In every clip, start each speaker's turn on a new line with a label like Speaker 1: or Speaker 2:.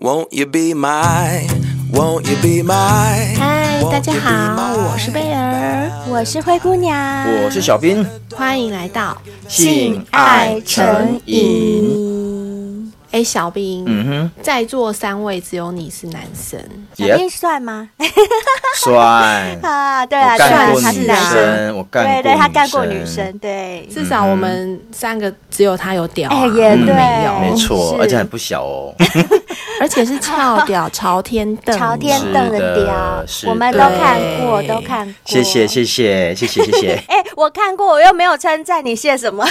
Speaker 1: Won't you be my? Won't you be my?
Speaker 2: 嗨，大家好，我是贝儿，
Speaker 3: 我是灰姑娘，
Speaker 4: 我是小兵，
Speaker 2: 欢迎来到
Speaker 4: 性爱成瘾。
Speaker 3: 嗯
Speaker 2: 哎，小兵，
Speaker 4: 嗯哼，嗯
Speaker 2: 在座三位只有你是男生，
Speaker 3: 小
Speaker 4: 也
Speaker 3: 兵帅吗？
Speaker 4: 帅。
Speaker 3: 啊，对啊，
Speaker 4: 我干过
Speaker 3: 对啊他是
Speaker 4: 女
Speaker 3: 男生，
Speaker 4: 生，我
Speaker 3: 对
Speaker 4: 干过
Speaker 3: 对，他干过女生，对，
Speaker 2: 至少我们三个只有他有屌、啊，
Speaker 3: 哎也
Speaker 4: 嗯
Speaker 3: 对，
Speaker 4: 没错，
Speaker 3: 是
Speaker 4: 而且还不小哦。
Speaker 2: 而且是翘 屌朝天凳，
Speaker 3: 朝天凳
Speaker 4: 是
Speaker 3: 的
Speaker 4: 的是
Speaker 3: 雕，
Speaker 4: 的
Speaker 3: 我们都看过，
Speaker 2: 对
Speaker 3: 都看过，。
Speaker 4: 谢谢，。谢谢，谢谢，谢谢
Speaker 3: 哎、我看过，我又没有称赞你，谢什么？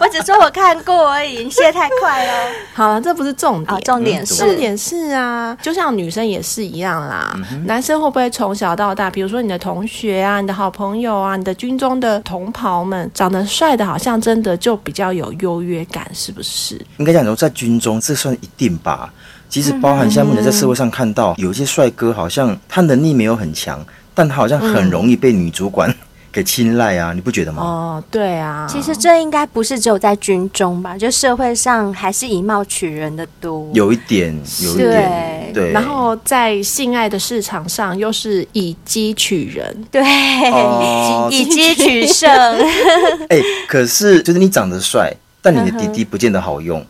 Speaker 3: 我只说我看过而已，你谢太快了。
Speaker 2: 好了，这不是重点。
Speaker 3: 哦，重点
Speaker 4: 嗯
Speaker 3: 是，
Speaker 2: 重点是啊，就像女生也是一样啦。
Speaker 4: 嗯
Speaker 2: 男生会不会从小到大，比如说你的同学啊、你的好朋友啊、你的军中的同袍们，长得帅的，好像真的就比较有优越感，是不是？
Speaker 4: 应该讲说，在军中这算一定吧。即使包含像目前在社会上看到，有一些帅哥好像他能力没有很强，但他好像很容易被女主管 给青睐啊，你不觉得吗？
Speaker 2: 哦，对啊，
Speaker 3: 其实这应该不是只有在军中吧，就社会上还是以貌取人的多。
Speaker 4: 有一点，有一点，
Speaker 3: 对
Speaker 4: 对。
Speaker 2: 然后在性爱的市场上，又是以鸡取人，
Speaker 3: 对，
Speaker 4: 哦
Speaker 3: 以机取胜，
Speaker 4: 哎、可是就是你长得帅，但你的弟弟不见得好用。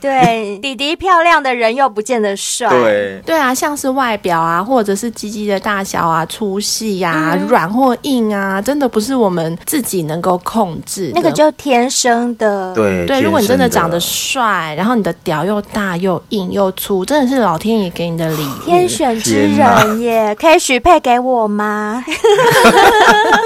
Speaker 3: 对，弟弟漂亮的人又不见得帅，，
Speaker 4: 对，
Speaker 2: 对啊，像是外表啊，或者是鸡鸡的大小啊、粗细呀、
Speaker 3: 嗯
Speaker 2: 软、或硬啊，真的不是我们自己能够控制的。
Speaker 3: 那个就天生的，
Speaker 4: 对
Speaker 2: 对，如果你真的长得
Speaker 4: 帅。
Speaker 2: 帅，然后你的屌又大又硬又粗，真的是老天爷给你的礼物。
Speaker 3: 天选之
Speaker 4: 天哪
Speaker 3: 人耶，可以许配给我吗？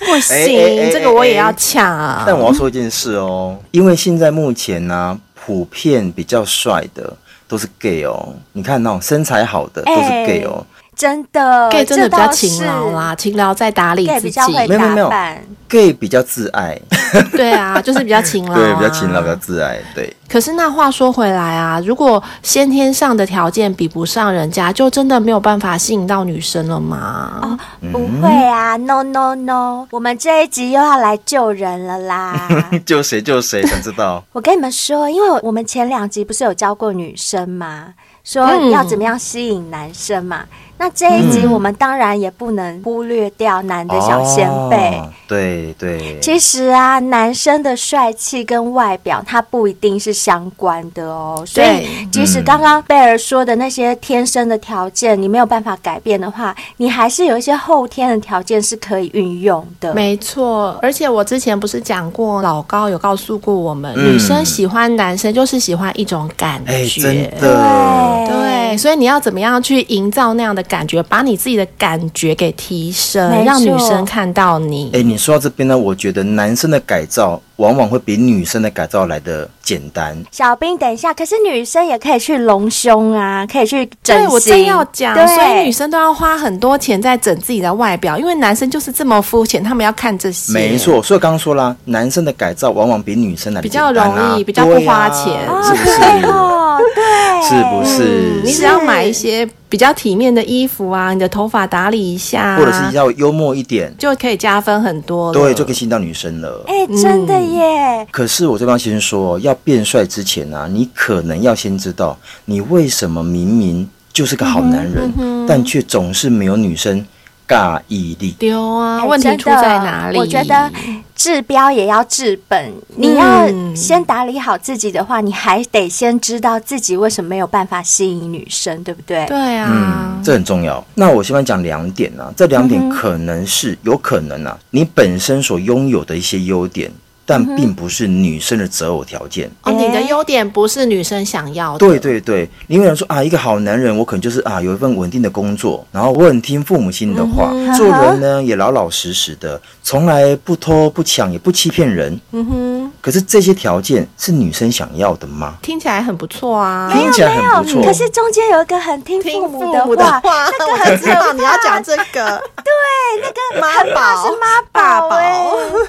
Speaker 2: 不行，
Speaker 4: 哎哎哎
Speaker 2: 这个我也要抢啊！
Speaker 4: 但我要说一件事哦，因为现在目前呢、普遍比较帅的都是 gay 哦。你看那种身材好的都是
Speaker 3: 哎
Speaker 4: gay 哦，
Speaker 3: 真的
Speaker 2: gay 真的比较勤劳
Speaker 3: 劳
Speaker 2: 啦，勤劳在打理
Speaker 3: gay
Speaker 2: 自
Speaker 3: 比
Speaker 2: 己
Speaker 3: 较，会
Speaker 4: 没有没有
Speaker 3: 打
Speaker 4: 没有
Speaker 3: 扮，
Speaker 4: gay 比较自爱，
Speaker 2: 对啊，就是比较勤劳、啊，
Speaker 4: 对，比较勤劳，比较自爱，对。
Speaker 2: 可是那话说回来啊，如果先天上的条件比不上人家，就真的没有办法吸引到女生了吗？
Speaker 3: 不
Speaker 4: 嗯
Speaker 3: 会啊，no no no，我们这一集又要来救人了 啦！
Speaker 4: 救谁救谁，想知道？
Speaker 3: 我跟你们说，因为我们前两集不是有教过女生吗？说
Speaker 2: 嗯
Speaker 3: 要怎么样吸引男生嘛。那这一
Speaker 4: 嗯
Speaker 3: 集我们当然也不能忽略掉男的小先辈。
Speaker 4: 哦对对，
Speaker 3: 其实啊，男生的帅气跟外表，它不一定是相关的哦。所以
Speaker 2: 对，
Speaker 3: 即使刚刚贝尔说的那些天生的条件，你没有办法改变的话，你还是有一些后天的条件是可以运用的。
Speaker 2: 没错，而且我之前不是讲过，老高有告诉过我们，
Speaker 4: 嗯
Speaker 2: 女生喜欢男生就是喜欢一种感
Speaker 4: 哎，真
Speaker 2: 觉。
Speaker 4: 的，
Speaker 2: 对，所以你要怎么样去营造那样的感觉，把你自己的感觉给提升，
Speaker 3: 没错
Speaker 2: 让女生看到你。
Speaker 4: 哎，你说到这边呢，我觉得男生的改造往往会比女生的改造来的简单。
Speaker 3: 小兵，等一下，可是女生也可以去隆胸啊，可以去整
Speaker 2: 对，
Speaker 3: 形。
Speaker 2: 哎我正要讲，
Speaker 3: 对
Speaker 2: 所以女生都要花很多钱在整自己的外表，因为男生就是这么肤浅，他们要看这些。
Speaker 4: 没错，所以我刚刚说啦，男生的改造往往比女生来的
Speaker 2: 比较
Speaker 4: 简单啊
Speaker 2: 容易比较不
Speaker 4: 对
Speaker 2: 花
Speaker 4: 啊
Speaker 2: 钱
Speaker 4: 是不是？
Speaker 3: 对哦，对，
Speaker 4: 是不嗯是？
Speaker 2: 嗯你只要买一些比较体面的衣服啊，你的头发打理一下啊，
Speaker 4: 或者是要幽默一点，
Speaker 2: 就可以加分很多了。
Speaker 4: 对，就可以吸引到女生了。
Speaker 3: 哎、真的耶，
Speaker 4: 可是我这边要先说，要变帅之前啊，你可能要先知道，你为什么明明就是个好男
Speaker 2: 嗯
Speaker 4: 人，但却总是没有女生尬毅力。
Speaker 2: 丢啊！
Speaker 3: 哎
Speaker 2: 问题
Speaker 3: 真
Speaker 2: 出
Speaker 3: 的
Speaker 2: 在哪里？
Speaker 3: 我觉得治标也要治本，你要先打理好自己的话，你还得先知道自己为什么没有办法吸引女生，对不对？
Speaker 2: 对啊
Speaker 4: 嗯，，这很重要。那我先来讲两点啊，这两点可能是、有可能啊，你本身所拥有的一些优点，但并不是女生的择偶条件。
Speaker 2: 哦，你的优点不是女生想要的。
Speaker 4: 对对对，你有人说啊，一个好男人，我可能就是啊，有一份稳定的工作，然后我很听父母亲的话，做人呢也老老实实的，从来不偷不抢，也不欺骗人。
Speaker 2: 嗯哼，
Speaker 4: 可是这些条件是女生想要的吗？
Speaker 2: 听起来很不错啊。
Speaker 4: 听起来很不错。
Speaker 3: 可是中间有一个很听父母的话，
Speaker 2: 话，我知道你要讲 这个。对，那个妈宝是妈
Speaker 3: 爸哦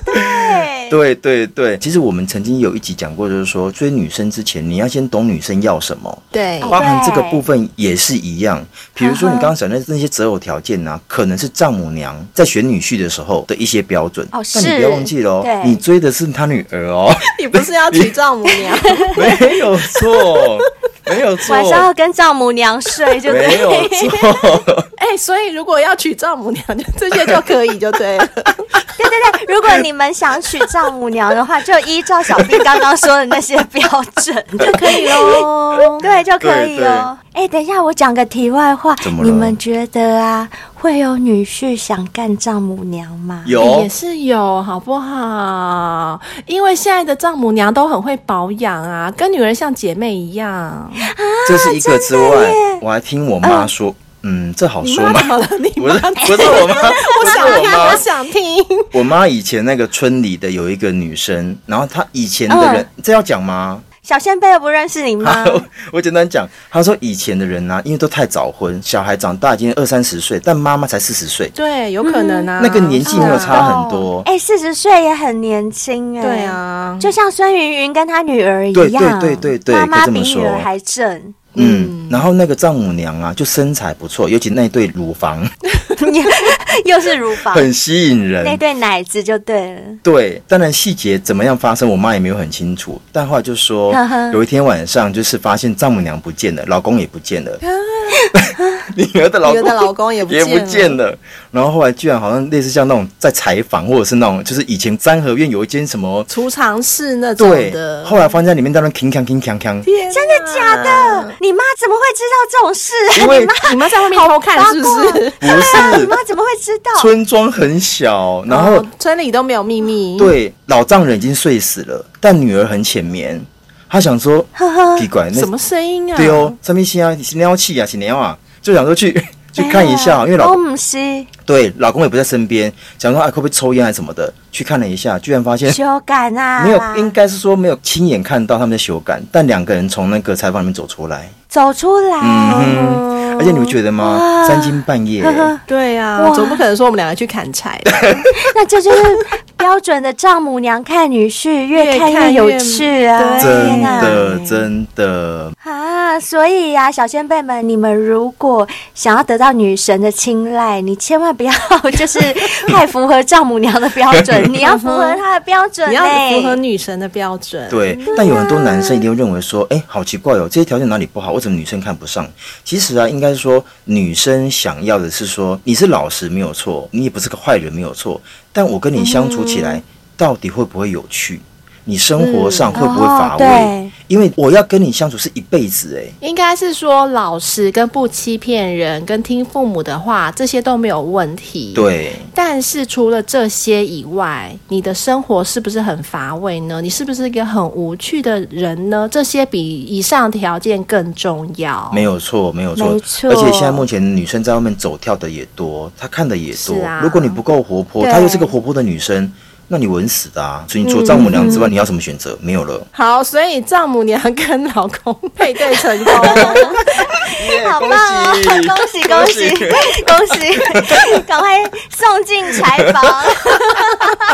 Speaker 3: 爸对，
Speaker 4: 对对对，其实我们曾经有一集讲过，就是说追女生之前，你要先懂女生要什么。
Speaker 2: 对，
Speaker 4: 包含这个部分也是一样，比如说你刚刚讲的那些择偶条件啊，可能是丈母娘在选女婿的时候的一些标准。
Speaker 3: 哦
Speaker 4: 但你
Speaker 3: 是
Speaker 4: 不要忘记了哦
Speaker 3: 对，
Speaker 4: 你追的是他女儿哦，
Speaker 2: 你不是要娶丈母娘？
Speaker 4: 没有错。没有错，
Speaker 3: 晚上要跟丈母娘睡，就
Speaker 4: 没
Speaker 3: 对
Speaker 4: 有
Speaker 3: 了。
Speaker 4: 错，
Speaker 2: 哎、所以如果要娶丈母娘，就这些就可以，就对了。
Speaker 3: 对对对，如果你们想娶丈母娘的话，就依照小 B 刚刚说的那些标准 就可以喽。 对，就可以哦。哎，等一下，我讲个题外话
Speaker 4: 怎，么了
Speaker 3: 你们觉得啊，会有女婿想干丈母娘吗？
Speaker 4: 有
Speaker 2: 也是有，好不好？因为现在的丈母娘都很会保养啊，跟女人像姐妹一样。
Speaker 4: 这是一个之外，我还听我妈说，嗯，这好
Speaker 2: 你
Speaker 4: 说
Speaker 2: 妈
Speaker 4: 吗
Speaker 2: 怎？么了？你
Speaker 4: 不是
Speaker 2: 妈？
Speaker 4: 不是我妈，
Speaker 2: 我
Speaker 4: 不是
Speaker 2: 想
Speaker 4: 我
Speaker 2: 听， 我
Speaker 4: 妈。
Speaker 2: 想听。
Speaker 4: 我妈以前那个村里的有一个女生，然后她以前的人，这要讲吗？
Speaker 3: 小仙贝又不认识你吗？
Speaker 4: 我 我简单讲，她说以前的人呢、啊，因为都太早婚，小孩长大已经二三十岁，但妈妈才四十岁，
Speaker 2: 对，有可能啊。
Speaker 4: 嗯那个年纪没有差很多。
Speaker 3: 哎，四十岁也很年轻哎。
Speaker 2: 对。啊，
Speaker 3: 就像孙云云跟她女儿一
Speaker 4: 对
Speaker 3: 样，
Speaker 4: 对对对对
Speaker 3: 妈
Speaker 4: 可以
Speaker 3: 妈
Speaker 4: 这
Speaker 3: 比
Speaker 4: 么说
Speaker 3: 女儿还正。
Speaker 4: 嗯，然后那个丈母娘啊，就身材不错，尤其那一对乳房
Speaker 3: 又是乳房，
Speaker 4: 很吸引
Speaker 3: 那
Speaker 4: 人。
Speaker 3: 对奶子就对了。
Speaker 4: 对，当然细节怎么样发生，我妈也没有很清楚。但后来就说
Speaker 3: 呵呵，
Speaker 4: 有一天晚上就是发现丈母娘不见了，老公也不见了， 女儿的老
Speaker 2: 啊女儿
Speaker 4: 公
Speaker 2: 的老公也不
Speaker 4: 也
Speaker 2: 见
Speaker 4: 不见了。然后后来居然好像类似像那种在采访，或者是那种就是以前三合院有一间什么
Speaker 2: 储藏室那种
Speaker 4: 对
Speaker 2: 的，。啊
Speaker 4: 后来发现在里面在那铿锵铿锵
Speaker 2: 真
Speaker 4: 锵。
Speaker 2: 的
Speaker 3: 假？的？你妈怎么会知道这种事啊？
Speaker 4: 嗯因为
Speaker 3: 你妈
Speaker 2: 你妈在外面偷看是不是？
Speaker 4: 不是
Speaker 3: 你妈怎么会知道？
Speaker 4: 村庄很小，然后
Speaker 2: 哦村里都没有秘密。，
Speaker 4: 对，老丈人已经睡死了，但女儿很浅眠。她想说，奇怪，那
Speaker 2: 什么声音啊？
Speaker 4: 对哦，上面心啊，是尿气啊，是尿啊，就想 说去去看一
Speaker 2: 哎
Speaker 4: 下，因为老
Speaker 3: 哦不是
Speaker 4: 对老公也不在身边，想说啊，会不会抽烟还是什么的？去看了一下，居然发现
Speaker 3: 修改啊，
Speaker 4: 没有，应该是说没有亲眼看到他们在修改，但两个人从那个采访里面走出来，
Speaker 3: 走出来。
Speaker 4: 嗯哼，而且你们觉得吗？
Speaker 3: 哦哇
Speaker 4: 三更半夜，
Speaker 2: 对啊，
Speaker 3: 哇
Speaker 2: 总不可能说我们两个去砍柴吧？
Speaker 3: 那这就是标准的丈母娘看女婿，越
Speaker 2: 越看
Speaker 3: 看
Speaker 2: 越
Speaker 3: 有趣啊！
Speaker 2: 对
Speaker 4: 真
Speaker 3: 天哪
Speaker 4: 的真的，
Speaker 3: 啊，所以呀、小先辈们，你们如果想要得到女神的青睐，你千万不要 就是太符合丈母娘的标准，你要符合她的标准
Speaker 2: 你要符合
Speaker 3: 嘞。
Speaker 2: 女神的标准。，
Speaker 4: 对，但有很多男生一定会认为说，哎，好奇怪哦，这些条件哪里不好？为什么女生看不上？其实啊，应该是说女生想要的是说，你是老实没有错，你也不是个坏人没有错，但我跟你相处起来、
Speaker 3: 嗯
Speaker 4: 到底会不会有趣？你生活上会不会乏味？
Speaker 3: 哦对
Speaker 4: 因为我要跟你相处是一辈子、哎诶，
Speaker 2: 应该是说老实跟不欺骗人，跟听父母的话，这些都没有问题。
Speaker 4: 哎，。对，
Speaker 2: 但是除了这些以外，你的生活是不是很乏味呢？你是不是一个很无趣的人呢？这些比以上条件更重要。
Speaker 4: 没有错，没有错，
Speaker 3: 哦没错
Speaker 4: 而且现在目前女生在外面走跳的也多，她看的也多。
Speaker 2: 是啊
Speaker 4: 如果你不够活泼，
Speaker 3: 对
Speaker 4: 她又是个活泼的女生，那你稳死的啊！所以你除了丈母娘
Speaker 3: 嗯
Speaker 4: 之外，你要什么选择？没有了。
Speaker 2: 好，所以丈母娘跟老公配对成 功。
Speaker 3: 好棒哦！恭喜恭喜 恭喜！ 赶快送进柴房，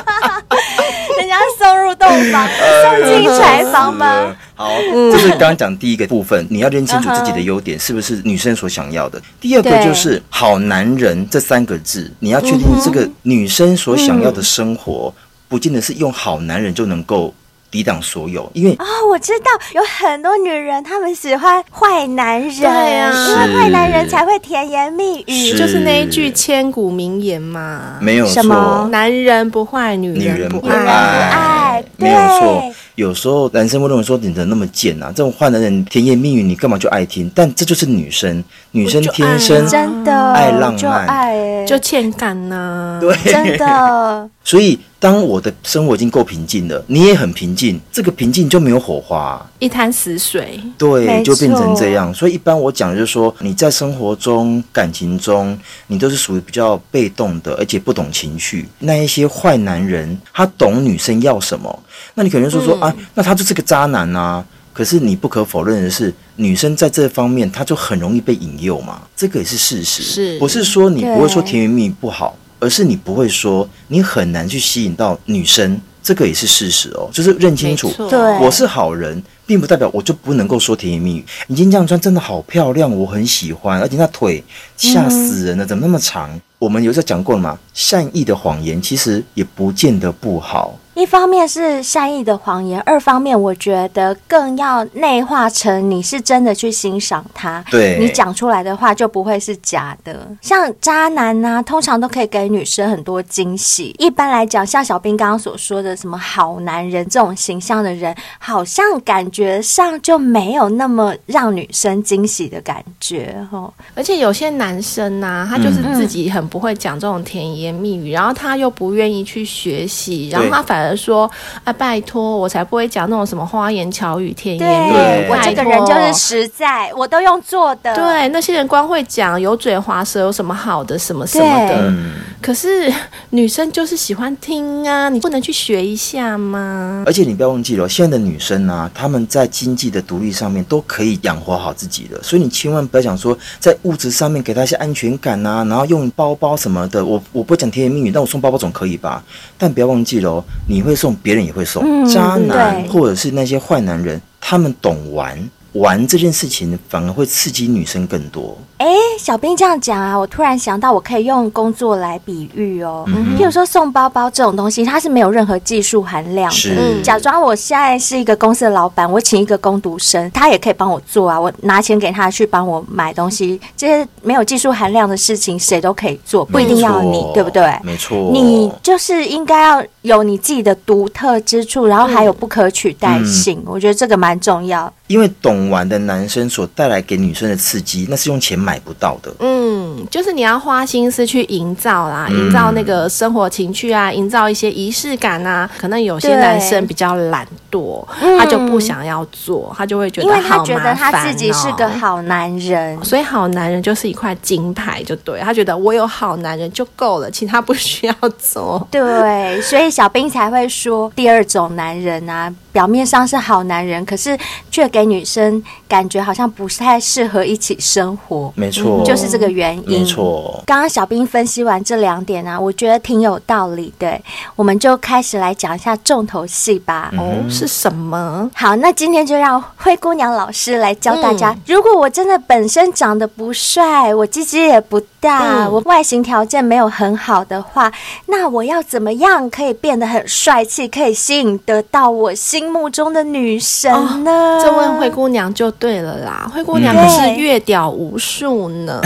Speaker 3: 人家送入洞房，
Speaker 4: 哎
Speaker 3: 送进柴房吧。
Speaker 4: 好，
Speaker 3: 嗯
Speaker 4: 这是刚刚讲第一个部分，你要认清楚自己的优点是不是女生所想要的。第二个
Speaker 3: 对
Speaker 4: 就是“好男人”这三个字，你要确定这个女生所想要的生活，
Speaker 3: 嗯
Speaker 4: 不见得是用好男人就能够抵挡所有，因为
Speaker 3: 哦，我知道有很多女人，她们喜欢坏男人，
Speaker 2: 对啊
Speaker 3: 因为坏男人
Speaker 4: 是
Speaker 3: 才会甜言蜜语。
Speaker 4: 是
Speaker 2: 就是那一句千古名言嘛。
Speaker 4: 没有
Speaker 3: 什么
Speaker 4: 错。
Speaker 2: 男人不坏，女
Speaker 4: 女人
Speaker 2: 人不
Speaker 4: 不
Speaker 2: 爱。
Speaker 4: 爱
Speaker 3: 爱，
Speaker 4: 没有错
Speaker 3: 对。
Speaker 4: 有时候男生会认为说你怎么那么贱啊？这种坏男人甜言蜜语，你干嘛就爱听？但这就是女生，女生
Speaker 2: 我就爱
Speaker 4: 天生
Speaker 2: 啊
Speaker 3: 真的
Speaker 4: 爱浪漫
Speaker 3: 就爱、欸，
Speaker 2: 就欠干呐、
Speaker 4: 对，
Speaker 3: 真 的
Speaker 4: 所以，当我的生活已经够平静了，你也很平静，这个平静就没有火花、啊
Speaker 2: 一滩死水。
Speaker 4: 对，
Speaker 3: 没
Speaker 4: 就变成
Speaker 3: 错
Speaker 4: 这样。所以，一般我讲的就是说，你在生活中、感情中，你都是属于比较被动的，而且不懂情绪。那一些坏男人，他懂女生要什么，那你可能说
Speaker 2: 嗯
Speaker 4: 说、啊，那他就是个渣男啊。可是你不可否认的是，女生在这方面，她就很容易被引诱嘛，这个也是事实。
Speaker 2: 是
Speaker 4: 不是说你不会说
Speaker 3: 对
Speaker 4: 甜言蜜语不好，而是你不会说，你很难去吸引到女生，这个也是事实哦。就是认清楚
Speaker 2: 没，错
Speaker 3: 对
Speaker 4: 我是好人，并不代表我就不能够说甜言蜜语。你今天这样穿真的好漂亮，我很喜欢，而且那腿吓死人了，怎么那么长？我们有在讲过了嘛，善意的谎言其实也不见得不好。
Speaker 3: 一方面是善意的谎言，二方面我觉得更要内化成你是真的去欣赏他，
Speaker 4: 对
Speaker 3: 你讲出来的话就不会是假的。像渣男呐、通常都可以给女生很多惊喜。一般来讲，像小兵刚刚所说的什么好男人这种形象的人，好像感觉上就没有那么让女生惊喜的感觉哦。
Speaker 2: 而且有些男生呐、他
Speaker 4: 嗯
Speaker 2: 就是自己很不会讲这种甜言蜜语，然后他又不愿意去学习，然后他反而说：“啊，拜托，我才不会讲那种什么花言巧语、甜
Speaker 3: 对
Speaker 2: 言蜜语。”
Speaker 3: 我
Speaker 2: 拜
Speaker 3: 这个
Speaker 2: 托
Speaker 3: 人就是实在，我都用做的。
Speaker 2: 对那些人光会讲油嘴滑舌，有什么好的什么什么
Speaker 3: 对
Speaker 2: 的。
Speaker 4: 嗯，
Speaker 2: 可是女生就是喜欢听啊，你不能去学一下吗？
Speaker 4: 而且你不要忘记了，现在的女生啊，她们在经济的独立上面都可以养活好自己的，所以你千万不要想说在物质上面给她一些安全感啊，然后用包包什么的。我我不讲甜言蜜语，但我送包包总可以吧？但不要忘记了哦，你会送，别人也会送。
Speaker 3: 嗯
Speaker 4: 渣男
Speaker 3: 对
Speaker 4: 或者是那些坏男人，他们懂玩。玩这件事情反而会刺激女生更多，
Speaker 3: 哎，小兵这样讲啊，我突然想到，我可以用工作来比喻哦。
Speaker 4: 嗯
Speaker 3: 譬如说送包包这种东西，它是没有任何技术含量的。
Speaker 4: 是、
Speaker 2: 嗯
Speaker 3: 假装我现在是一个公司的老板，我请一个工读生，他也可以帮我做啊。我拿钱给他去帮我买东西，这些没有技术含量的事情，谁都可以做，不一定要
Speaker 4: 没
Speaker 3: 你
Speaker 4: 错，
Speaker 3: 对不对？
Speaker 4: 没错，
Speaker 3: 你就是应该要有你自己的独特之处，然后还有不可取代性，
Speaker 4: 嗯
Speaker 3: 我觉得这个蛮重要。
Speaker 4: 因为懂玩的男生所带来给女生的刺激，那是用钱买不到的。
Speaker 2: 嗯，就是你要花心思去营造啦，
Speaker 4: 嗯
Speaker 2: 营造那个生活情趣啊，营造一些仪式感啊。可能有些
Speaker 3: 对
Speaker 2: 男生比较懒惰，
Speaker 3: 嗯
Speaker 2: 他就不想要做，他就会觉得
Speaker 3: 因为他
Speaker 2: 好
Speaker 3: 觉
Speaker 2: 麻
Speaker 3: 得
Speaker 2: 烦、哦、
Speaker 3: 他自己是个好男人，
Speaker 2: 所以好男人就是一块金牌，就对他觉得我有好男人就够了，其他不需要做。
Speaker 3: 对，所以小兵才会说第二种男人啊，表面上是好男人，可是却给女生感觉好像不太适合一起生活，
Speaker 4: 没错，
Speaker 3: 嗯就是这个原因。
Speaker 4: 嗯没错。
Speaker 3: 刚刚小兵分析完这两点啊，我觉得挺有道理的，我们就开始来讲一下重头戏吧。
Speaker 2: 哦，是什么？
Speaker 3: 好，那今天就让灰姑娘老师来教大
Speaker 2: 嗯
Speaker 3: 家。如果我真的本身长得不帅，我鸡鸡也不大，
Speaker 2: 嗯
Speaker 3: 我外形条件没有很好的话，那我要怎么样可以变得很帅气，可以吸引得到我心目中的女神呢？
Speaker 2: 哦这问灰姑娘就对了啦，灰姑娘
Speaker 4: 嗯
Speaker 2: 可是月屌无数 呢，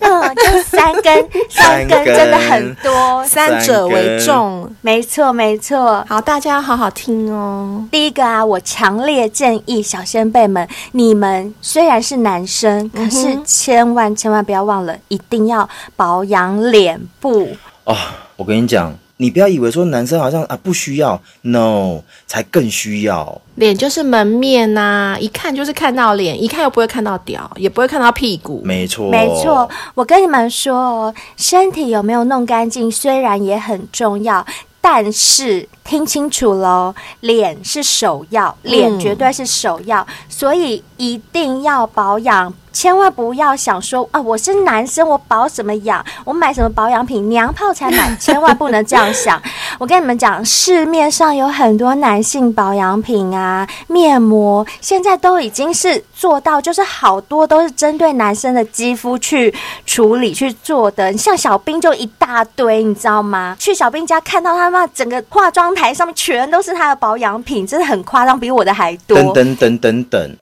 Speaker 3: 嗯，就三 根，三根真的很多。
Speaker 2: 三者为重。
Speaker 3: 没错，没错。
Speaker 2: 好，大家要好好听哦。
Speaker 3: 第一个啊，我强烈建议小先辈们，你们虽然是男生，可是
Speaker 2: 嗯哼
Speaker 3: 千万千万不要忘了，一定要保养脸部。
Speaker 4: 啊、我跟你讲，你不要以为说男生好像啊不需要，no，才更需要。
Speaker 2: 脸就是门面呐、一看就是看到脸，一看又不会看到屌，也不会看到屁股。
Speaker 4: 没错，
Speaker 3: 没错，，我跟你们说哦，身体有没有弄干净，虽然也很重要。但是听清楚喽，脸是首要，脸
Speaker 2: 嗯
Speaker 3: 绝对是首要，所以一定要保养，千万不要想说啊，我是男生，我保什么养，我买什么保养品，娘炮才买，千万不能这样想。我跟你们讲，市面上有很多男性保养品啊，面膜现在都已经是做到，就是好多都是针对男生的肌肤去处理去做的。像小兵就一大堆，你知道吗？去小兵家看到他妈整个化妆台上面全都是他的保养品，真的很夸张，比我的还多。
Speaker 4: 等等等等 等，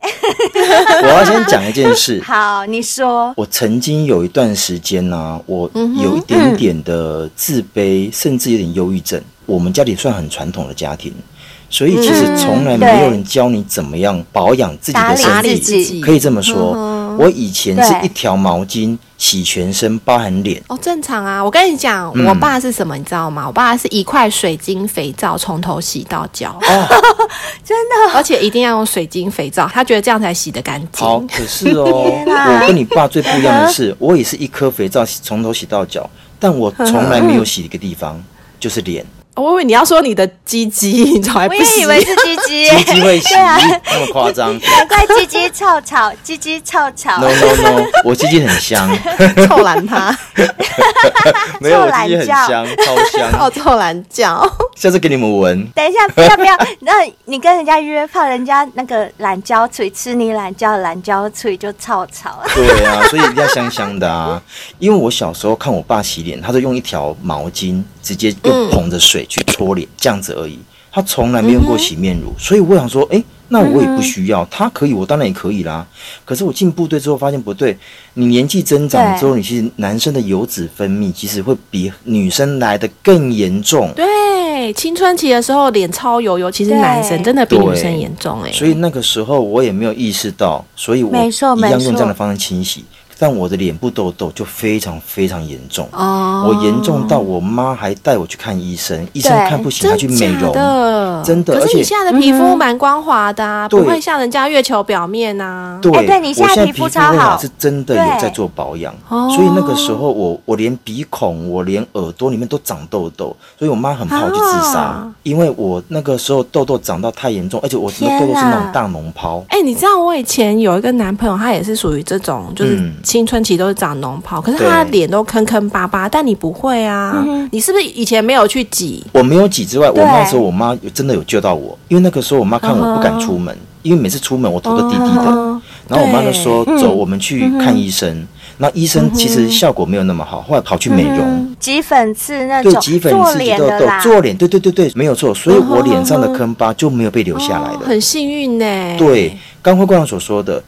Speaker 4: 我要先讲一件事。
Speaker 3: 好，你说，
Speaker 4: 我曾经有一段时间呢、我
Speaker 3: 嗯
Speaker 4: 有一点点的自卑，甚至有点忧郁症。我们家里算很传统的家庭，所以其实从来没有人教你怎么样保养自己的身体，
Speaker 3: 打理自嗯
Speaker 2: 己
Speaker 4: 可以这么说。我以前
Speaker 3: 对
Speaker 4: 是一条毛巾洗全身，包含脸。
Speaker 2: 哦，正常啊。我跟你讲，
Speaker 4: 嗯
Speaker 2: 我爸是什么，你知道吗？我爸是一块水晶肥皂，从头洗到脚，
Speaker 3: 真的
Speaker 2: 而且一定要用水晶肥皂，他觉得这样才洗得干
Speaker 4: 好，
Speaker 2: 净。
Speaker 4: 可是哦，我跟你爸最不一样的是，我也是一颗肥皂洗从头洗到脚，但我从来没有洗一个地 方，就是脸。
Speaker 2: 我以为你要说你的鸡鸡， 你从来
Speaker 3: 我
Speaker 2: 不
Speaker 3: 也
Speaker 2: 洗
Speaker 3: 以。为是鸡 鸡，
Speaker 4: 鸡鸡会洗，
Speaker 3: 对啊，
Speaker 4: 那么夸张
Speaker 3: 难怪鸡鸡臭草，鸡鸡臭草。
Speaker 4: ？No No No，我鸡鸡很 香。
Speaker 2: 臭懒他，
Speaker 4: 没有，
Speaker 3: 臭
Speaker 4: 我
Speaker 3: 懒
Speaker 4: 自己很
Speaker 3: 觉
Speaker 4: 香，超
Speaker 2: 哦，
Speaker 4: 香。
Speaker 2: 臭懒觉。
Speaker 4: 下次给你们闻。
Speaker 3: 等一下，不要不 要，那你跟人家约炮，人家那个懒胶脆吃你懒胶，懒胶脆就臭草了。
Speaker 4: 对啊，所以一定要香香的啊。因为我小时候看我爸洗脸，他就用一条毛巾直接用捧着水去搓脸，这样子而已。她从来没用过洗面乳，所以我想说，诶，那我也不需要，她可以，我当然也可以啦。可是我进部队之后发现不对，你年纪增长之后，你其实男生的油脂分泌其实会比女生来的更严重。
Speaker 2: 对，青春期的时候脸超油尤其是男生
Speaker 3: 对
Speaker 2: 真的比女
Speaker 4: 对
Speaker 2: 生严重哎、
Speaker 4: 所以那个时候我也没有意识到，所以我
Speaker 3: 没错
Speaker 4: 一样
Speaker 3: 没错
Speaker 4: 用这样的方式清洗，但我的脸部痘痘就非常非常严重。
Speaker 3: 哦
Speaker 4: 我严重到我妈还带我去看医生，医生
Speaker 3: 对
Speaker 4: 看不行还
Speaker 2: 真
Speaker 4: 去美
Speaker 2: 假
Speaker 4: 容。
Speaker 2: 的，
Speaker 4: 真的
Speaker 2: 可
Speaker 4: 而
Speaker 2: 是
Speaker 4: 且嗯
Speaker 2: 你现在的皮肤蛮光滑的、啊，
Speaker 4: 对
Speaker 2: 不会像人家月球表面呐、啊。
Speaker 4: 对，
Speaker 3: 哎对你现
Speaker 4: 我
Speaker 3: 在
Speaker 4: 现在
Speaker 3: 皮
Speaker 4: 皮
Speaker 3: 肤
Speaker 4: 肤
Speaker 3: 超
Speaker 4: 会
Speaker 3: 好
Speaker 4: 是真的有在做保养，
Speaker 2: 哦
Speaker 4: 所以那个时候我我连鼻孔，我连耳朵里面都长痘痘，所以我妈很怕我去自杀，
Speaker 2: 啊
Speaker 4: 因为我那个时候痘痘长到太严重，而且我什么痘痘是那
Speaker 3: 天啊
Speaker 4: 种大脓泡。
Speaker 2: 哎、你知道我以前有一个男朋友，他也是属于这种，就是
Speaker 4: 嗯
Speaker 2: 青春期都是长脓泡，可是他的
Speaker 4: 对嗯
Speaker 2: 脸都坑坑巴巴，但你不会啊，你是不是以前没有去挤？
Speaker 4: 我没有挤之外，我
Speaker 3: 对嗯
Speaker 4: 那时候我妈有真的有救到我，因为那个时候我妈看我不敢出门，因为每次出门我头都低低
Speaker 2: 哦
Speaker 4: 的，然后我妈就说
Speaker 3: 对嗯
Speaker 4: 走，我们去看医生。那医生其实效果没有那么好，后来跑去美容。
Speaker 3: 嗯挤粉刺那
Speaker 4: 对
Speaker 3: 种，
Speaker 4: 挤粉
Speaker 3: 做
Speaker 4: 刺、挤
Speaker 3: 脸
Speaker 4: 痘
Speaker 3: 的
Speaker 4: 痘
Speaker 3: 啦，，嗯
Speaker 4: 做脸，对对对对，没有错，所以我脸上的坑疤就没有被留下来
Speaker 2: 哦
Speaker 4: 的。
Speaker 2: 很幸运呢、
Speaker 3: 哎
Speaker 4: 对，刚辉冠长所说的，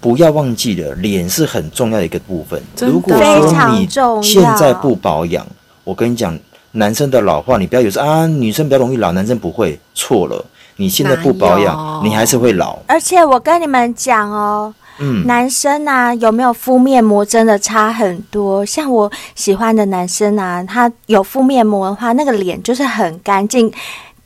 Speaker 4: 不要忘记了，脸是很重要的一个部分。
Speaker 2: 真的
Speaker 4: 如果
Speaker 3: 非
Speaker 4: 说
Speaker 3: 常
Speaker 4: 你
Speaker 3: 重要
Speaker 4: 现在不保养，我跟你讲，男生的老化，你不要以为说啊，女生比较容易老，男生不会，错了。你现在不保
Speaker 2: 哪
Speaker 4: 养，
Speaker 2: 有
Speaker 4: 你还是会老。
Speaker 3: 而且我跟你们讲哦，
Speaker 4: 嗯，
Speaker 3: 男生啊，有没有敷面膜真的差很多。像我喜欢的男生啊，他有敷面膜的话，那个脸就是很干净，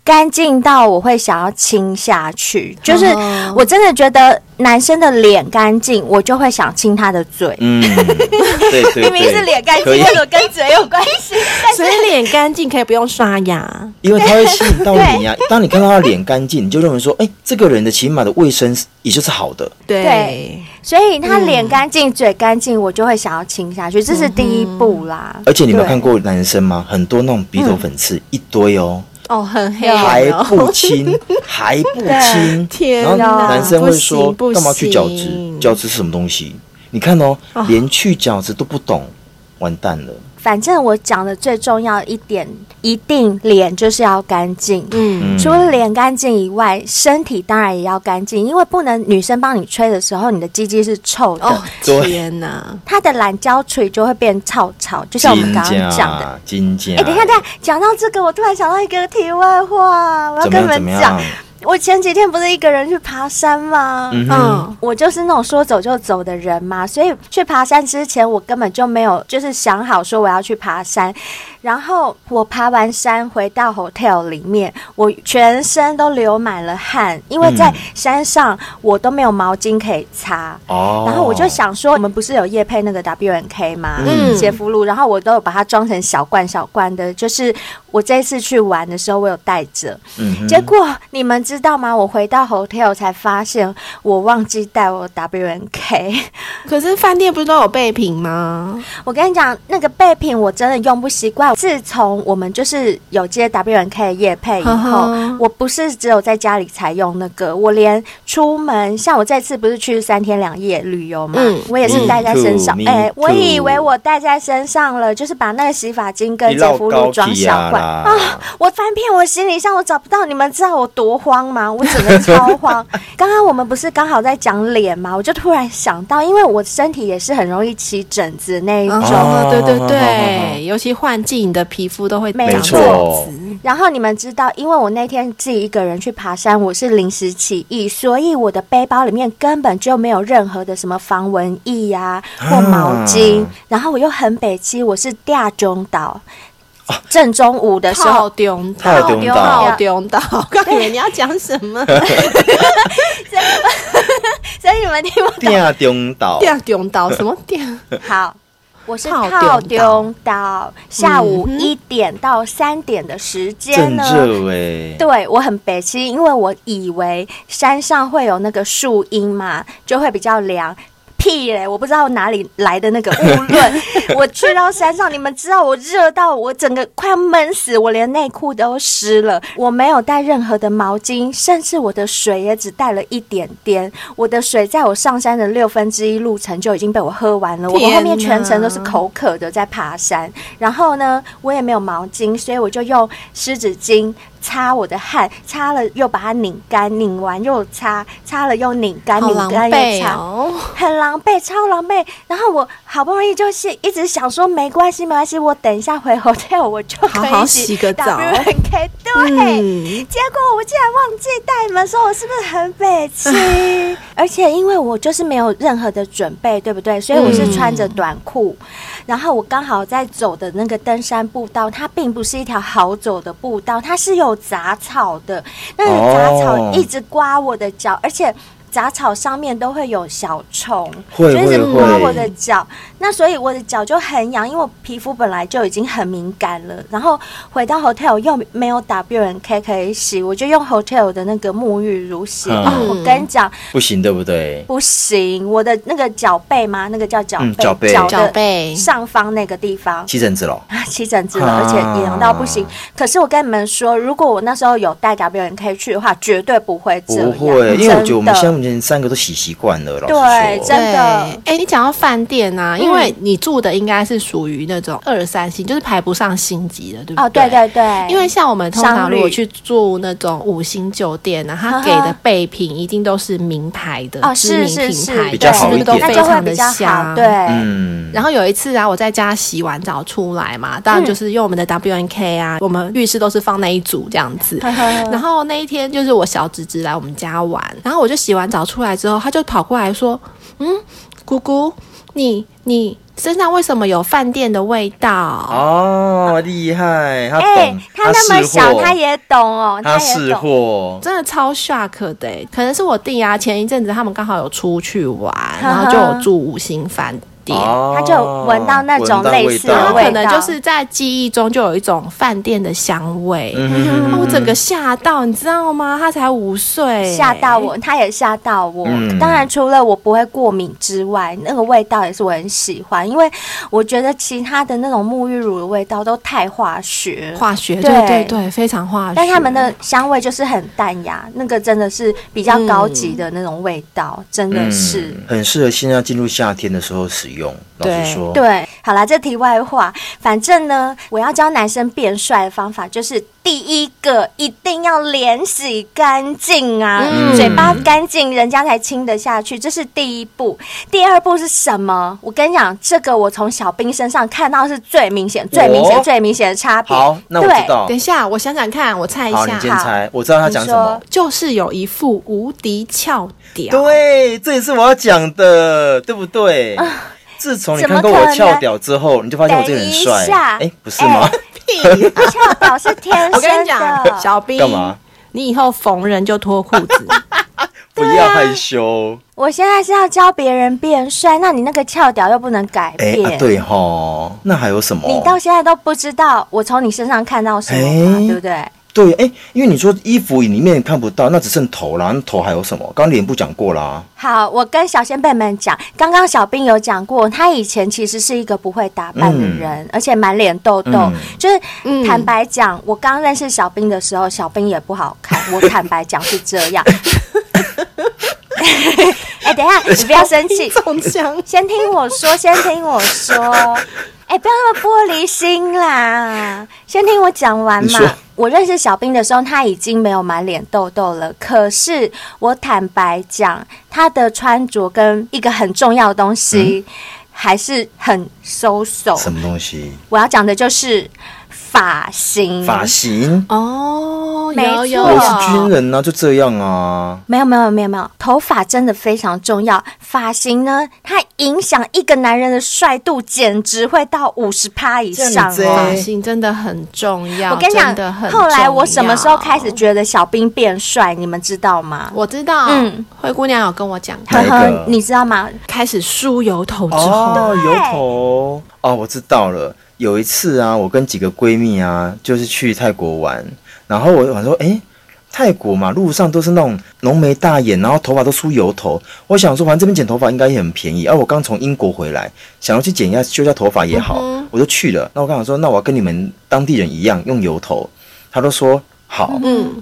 Speaker 3: 干净到我会想要亲下去。就是
Speaker 2: 哦
Speaker 3: 我真的觉得男生的脸干净，我就会想亲他的嘴。
Speaker 4: 嗯，对 对对，
Speaker 3: 明明是脸干净，
Speaker 4: 可以
Speaker 3: 为什么跟嘴有关系？
Speaker 2: 所以脸干净可以不用刷牙。
Speaker 4: 因为它会吸引到你呀、当你看到他脸干净，你就认为说，哎、这个人的起码的卫生是也就是好的。
Speaker 2: 对
Speaker 3: 对 所以他脸干净、嘴干净，我就会想要亲下去，这是第一步啦。
Speaker 4: 嗯而且你们有
Speaker 3: 对
Speaker 4: 看过男生吗？很多那种鼻头粉刺、一堆哦，
Speaker 2: 哦，很黑、哦，
Speaker 3: 哎
Speaker 4: 还不 清，还不清。
Speaker 2: 天
Speaker 4: 然后
Speaker 2: 哪
Speaker 4: 男生会说
Speaker 2: 不行不：“
Speaker 4: 干嘛去角质
Speaker 2: 行？
Speaker 4: 角质是什么东西？你看哦，
Speaker 3: 啊
Speaker 4: 连去角质都不懂，完蛋了。
Speaker 3: 反正我讲的最重要一点，一定脸就是要干净。
Speaker 2: 嗯，
Speaker 4: 嗯
Speaker 3: 除了脸干净以外，身体当然也要干净，因为不能女生帮你吹的时候，你的鸡鸡是臭的，
Speaker 2: 哦
Speaker 4: 对
Speaker 2: 天哪，
Speaker 3: 她的懒胶垂就会变臭臭，就像我们
Speaker 4: 金
Speaker 3: 刚刚讲的。
Speaker 4: 价，金价。
Speaker 3: 哎、等一下，等一下，讲到这个，我突然想到一个题外话，我要
Speaker 4: 怎
Speaker 3: 跟
Speaker 4: 么样？
Speaker 3: 你
Speaker 4: 怎
Speaker 3: 们
Speaker 4: 么
Speaker 3: 讲
Speaker 4: 样，？
Speaker 3: 我前几天不是一个人去爬山吗？
Speaker 4: 嗯哼，
Speaker 2: 嗯，
Speaker 3: 我就是那种说走就走的人嘛，所以去爬山之前，我根本就没有就是想好说我要去爬山。然后我爬完山回到 hotel 里面，我全身都流满了汗，因为在
Speaker 4: 嗯
Speaker 3: 山上我都没有毛巾可以擦。
Speaker 4: 哦。
Speaker 3: 然后我就，想说，我们不是有夜配那个 W N K 吗？
Speaker 4: 嗯
Speaker 3: 洁肤露，然后我都有把它装成小罐小罐的，就是我这一次去玩的时候，我有带着。
Speaker 4: 嗯哼
Speaker 3: 结果你们知道吗？我回到 hotel 才发现我忘记带我 W N K。
Speaker 2: 可是饭店不是都有备品吗？
Speaker 3: 我跟你讲，那个备品我真的用不习惯。自从我们就是有接 W N K 的夜配以后
Speaker 2: 呵呵，
Speaker 3: 我不是只有在家里才用那个，我连出门，像我这次不是去三天两夜旅游嘛，
Speaker 2: 嗯
Speaker 3: 我也是带在身上
Speaker 4: Me。too,
Speaker 3: 哎、
Speaker 4: me
Speaker 3: 我以
Speaker 4: too
Speaker 3: 为我带在身上了，就是把那个洗发精跟
Speaker 4: 你
Speaker 3: 洁
Speaker 4: 绕
Speaker 3: 肤
Speaker 4: 高
Speaker 3: 露装
Speaker 4: 级
Speaker 3: 小
Speaker 4: 啊
Speaker 3: 罐
Speaker 4: 啦
Speaker 3: 我翻遍我行李箱，我找不到。你们知道我多慌吗？我整个超慌。刚刚我们不是刚好在讲脸吗？我就突然想到，因为我身体也是很容易起疹子那一种。
Speaker 2: 哦，对对
Speaker 4: 好好好好
Speaker 2: 对，尤其换季，你的皮肤都会
Speaker 3: 没
Speaker 2: 长
Speaker 3: 错
Speaker 2: 皱褶
Speaker 3: 然后你们知道，因为我那天自己一个人去爬山，我是临时起意，所以我的背包里面根本就没有任何的什么防蚊液呀、或毛巾。
Speaker 4: 啊
Speaker 3: 然后我又很北七，我是大中岛。正中午的时候，
Speaker 2: 泡丢到，
Speaker 4: 套中岛
Speaker 2: 泡丢到，我告诉你，你要讲什 么？
Speaker 3: 所以你们听我
Speaker 4: 掉中岛，
Speaker 2: 掉丢到什么 掉？
Speaker 3: 好，我是
Speaker 2: 靠
Speaker 3: 靠
Speaker 2: 丢岛
Speaker 3: 丢到下午
Speaker 2: 嗯哼
Speaker 3: 一点到三点的时间
Speaker 4: 正
Speaker 3: 呢。
Speaker 4: 热哎。
Speaker 3: 对我很北气，因为我以为山上会有那个树荫嘛，就会比较凉。屁嘞！我不知道哪里来的 那个误论。我去到山上，你们知道我热到我整个快要闷死，我连内裤都湿了。我没有带任何的毛巾，甚至我的水也只带了一点点。我的水在我上山的六分之一路程就已经被我喝完了。我
Speaker 2: 天
Speaker 3: 后面全程都是
Speaker 2: 哪
Speaker 3: 口渴的在爬山。然后呢，我也没有毛巾，所以我就用湿纸巾擦我的汗，擦了又把它拧干，拧完又擦，擦了又拧干，
Speaker 2: 好
Speaker 3: 拧
Speaker 2: 狼
Speaker 3: 干又
Speaker 2: 狈
Speaker 3: 擦。
Speaker 2: 哦。
Speaker 3: 很狼狈，超狼狈。然后我好不容易就是一直想说没关系，没关系，我等一下回 hotel 我就可以
Speaker 2: 好好洗个澡
Speaker 3: W N K 对。
Speaker 2: 嗯，
Speaker 3: 结果我竟然忘记带你们，说我是不是很北气？而且因为我就是没有任何的准备，对不对？所以我是穿着短裤，然后我刚好在走的那个登山步道，它并不是一条好走的步道，它是有杂草的，那个杂
Speaker 4: 哦
Speaker 3: 草一直刮我的脚，而且。杂草上面都会有小虫，
Speaker 4: 会
Speaker 3: 就一直
Speaker 4: 会
Speaker 3: 刮
Speaker 4: 会
Speaker 3: 我的脚，那所以我的脚就很痒，因为我皮肤本来就已经很敏感了。然后回到 hotel 又没有 W N K 可以洗，我就用 hotel 的那个沐浴乳洗。
Speaker 4: 嗯
Speaker 3: 哦我跟你讲，
Speaker 4: 不行，对不对？
Speaker 3: 不行，我的那个脚背吗？那个叫脚
Speaker 4: 嗯
Speaker 3: 背，
Speaker 4: 脚背
Speaker 3: 脚
Speaker 2: 脚
Speaker 3: 的
Speaker 2: 背
Speaker 3: 上方那个地方。
Speaker 4: 起疹子了，
Speaker 3: 啊，起疹子了，
Speaker 4: 啊
Speaker 3: 而且痒到不行。可是我跟你们说，如果我那时候有带 W N K 去的话，绝对不会这样。
Speaker 4: 不会，因为我觉得我们
Speaker 3: 真的
Speaker 4: 现在目前三个都洗习惯了，老
Speaker 3: 对
Speaker 4: 实说
Speaker 3: 真。的嗯
Speaker 2: 哎、你讲到饭店啊，因为你住的应该是属于那种二三星，就是排不上星级的，对不
Speaker 3: 哦，对对对，
Speaker 2: 因为像我们通常
Speaker 3: 商旅
Speaker 2: 如果去住那种五星酒店啊，
Speaker 3: 呵
Speaker 2: 它
Speaker 3: 呵
Speaker 2: 给的备品一定都是名牌的，
Speaker 3: 哦
Speaker 2: 知
Speaker 3: 是
Speaker 2: 名
Speaker 3: 是
Speaker 2: 品
Speaker 3: 是，
Speaker 2: 牌，
Speaker 4: 比较好
Speaker 2: 吃的
Speaker 4: 一
Speaker 3: 对
Speaker 2: 都
Speaker 4: 点
Speaker 2: 非
Speaker 3: 那就会
Speaker 2: 常的
Speaker 3: 比较好，
Speaker 2: 香。
Speaker 3: 对。。
Speaker 4: 嗯，
Speaker 2: 然后有一次啊，我在家洗完澡出来嘛，当然就是用我们的 W N K 啊，我们浴室都是放那一组这样子。然
Speaker 3: 然
Speaker 2: 后那一天就是我小侄子来我们家玩，然后我就洗完澡出来之后，他就跑过来说：“嗯，姑姑，你你身上为什么有饭店的味道？”
Speaker 4: 哦，厉害，他
Speaker 3: 哎、
Speaker 4: 懂，
Speaker 3: 他那么
Speaker 4: 识
Speaker 3: 小，
Speaker 4: 货
Speaker 3: 他也懂哦，
Speaker 4: 他
Speaker 3: 也
Speaker 4: 识
Speaker 3: 懂。
Speaker 4: 货，
Speaker 2: 真的超 shock 的欸、可能是我弟啊，前一阵子他们刚好有出去玩，
Speaker 3: 哈
Speaker 2: 然后就有住五星饭店。
Speaker 4: 哦
Speaker 3: 他就闻到那种
Speaker 4: 闻到
Speaker 3: 类似的
Speaker 2: 他
Speaker 4: 味道
Speaker 2: 可能就是在记忆中就有一种饭店的香味，哦
Speaker 4: 嗯
Speaker 2: 我整个吓到，你知道吗？他才五岁，
Speaker 3: 吓到我，他也吓到我。
Speaker 4: 嗯
Speaker 3: 当然，除了我不会过敏之外，那个味道也是我很喜欢，因为我觉得其他的那种沐浴乳的味道都太化学了，
Speaker 2: 化学，
Speaker 3: 对
Speaker 2: 对对对，非常化学。
Speaker 3: 但他们的香味就是很淡雅，那个真的是比较高级的那种味道，真的是。
Speaker 4: 嗯很适合现在进入夏天的时候使用。老
Speaker 2: 对
Speaker 4: 实说，
Speaker 3: 对，好啦，这题外话，反正呢，我要教男生变帅的方法就是第一个一定要脸洗干净啊，
Speaker 2: 嗯
Speaker 3: 嘴巴干净，人家才亲得下去，这是第一步。第二步是什么？我跟你讲，这个我从小兵身上看到是最明显、最明显、
Speaker 4: 哦
Speaker 3: 最明显的差别。
Speaker 4: 好，那我
Speaker 3: 对
Speaker 4: 知道
Speaker 2: 等。一下，我想想看，我猜一
Speaker 4: 哦好，你
Speaker 2: 下，
Speaker 4: 先
Speaker 3: 好
Speaker 4: 猜，我知道他讲什么。
Speaker 2: 就是有一副无敌翘屌，
Speaker 4: 对，这也是我要讲的，对不 对？自从你看过我翘屌之后，你就发现我这个人帅
Speaker 3: 等一。下哎
Speaker 4: 哎，不是吗？
Speaker 2: 屁啊
Speaker 3: 翘脚是天生的。
Speaker 2: 我跟你讲，小
Speaker 3: 哎
Speaker 2: 兵
Speaker 4: 干嘛？
Speaker 2: 你以后逢人就脱裤 子，
Speaker 4: 不要害羞。
Speaker 3: 我现在是要教别人变帅，那你那个翘屌又不能改
Speaker 4: 哎
Speaker 3: 变。
Speaker 4: 啊，对哈，那还有什么？
Speaker 3: 你到现在都不知道我从你身上看到什么嘛，
Speaker 4: 哎
Speaker 3: 对不对？
Speaker 4: 对，哎，因为你说衣服里面看不到，那只剩头啦，那头还有什么？刚刚脸部讲过啦。
Speaker 3: 好，我跟小先辈们讲，刚刚小兵有讲过，他以前其实是一个不会打扮的人，而且满脸痘痘。
Speaker 4: 嗯
Speaker 3: 就是
Speaker 2: 嗯
Speaker 3: 坦白讲，我刚认识小兵的时候，小兵也不好看。我坦白讲是这样。 哎、等一下，你不要生气，
Speaker 2: 中枪。
Speaker 3: 先听我说，先听我说。 哎、不要那么玻璃心啦！先听我讲完
Speaker 4: 你
Speaker 3: 嘛
Speaker 4: 说。
Speaker 3: 我认识小兵的时候，他已经没有满脸痘痘了。可是我坦白讲，他的穿着跟一个很重要的东西，还是很收手。
Speaker 4: 嗯什么东西？
Speaker 3: 我要讲的就是发型。
Speaker 4: 发型？
Speaker 2: 哦，
Speaker 3: 没
Speaker 2: 有有，
Speaker 3: 错
Speaker 4: 我是军人啊，就这样啊。
Speaker 3: 没有没有没有没有，头发真的非常重要。发型呢，它影响一个男人的帅度，简直会到五十趴以
Speaker 4: 这样
Speaker 3: 上
Speaker 4: 你这
Speaker 3: 哦。
Speaker 2: 发型真的很重要。
Speaker 3: 我跟你
Speaker 2: 真的
Speaker 3: 讲，
Speaker 2: 很
Speaker 3: 后来我什么时
Speaker 2: 重
Speaker 3: 候
Speaker 2: 要
Speaker 3: 开始？觉得小兵变帅，你们知道吗？
Speaker 2: 我知道，
Speaker 3: 嗯
Speaker 2: 灰姑娘有跟我讲过，
Speaker 4: 哪一个
Speaker 3: 你知道吗？
Speaker 2: 开始梳油头之后，
Speaker 4: 哦，油头哦，我知道了。有一次啊，我跟几个闺蜜啊，就是去泰国玩，然后我想说，诶，泰国嘛，路上都是那种浓眉大眼，然后头发都梳油头。我想说，反正这边剪头发应该也很便宜。而、啊我刚从英国回来，想要去剪一下修一下头发也好，我就去了。那我刚想说，那我要跟你们当地人一样用油头，他都说好。
Speaker 2: 嗯，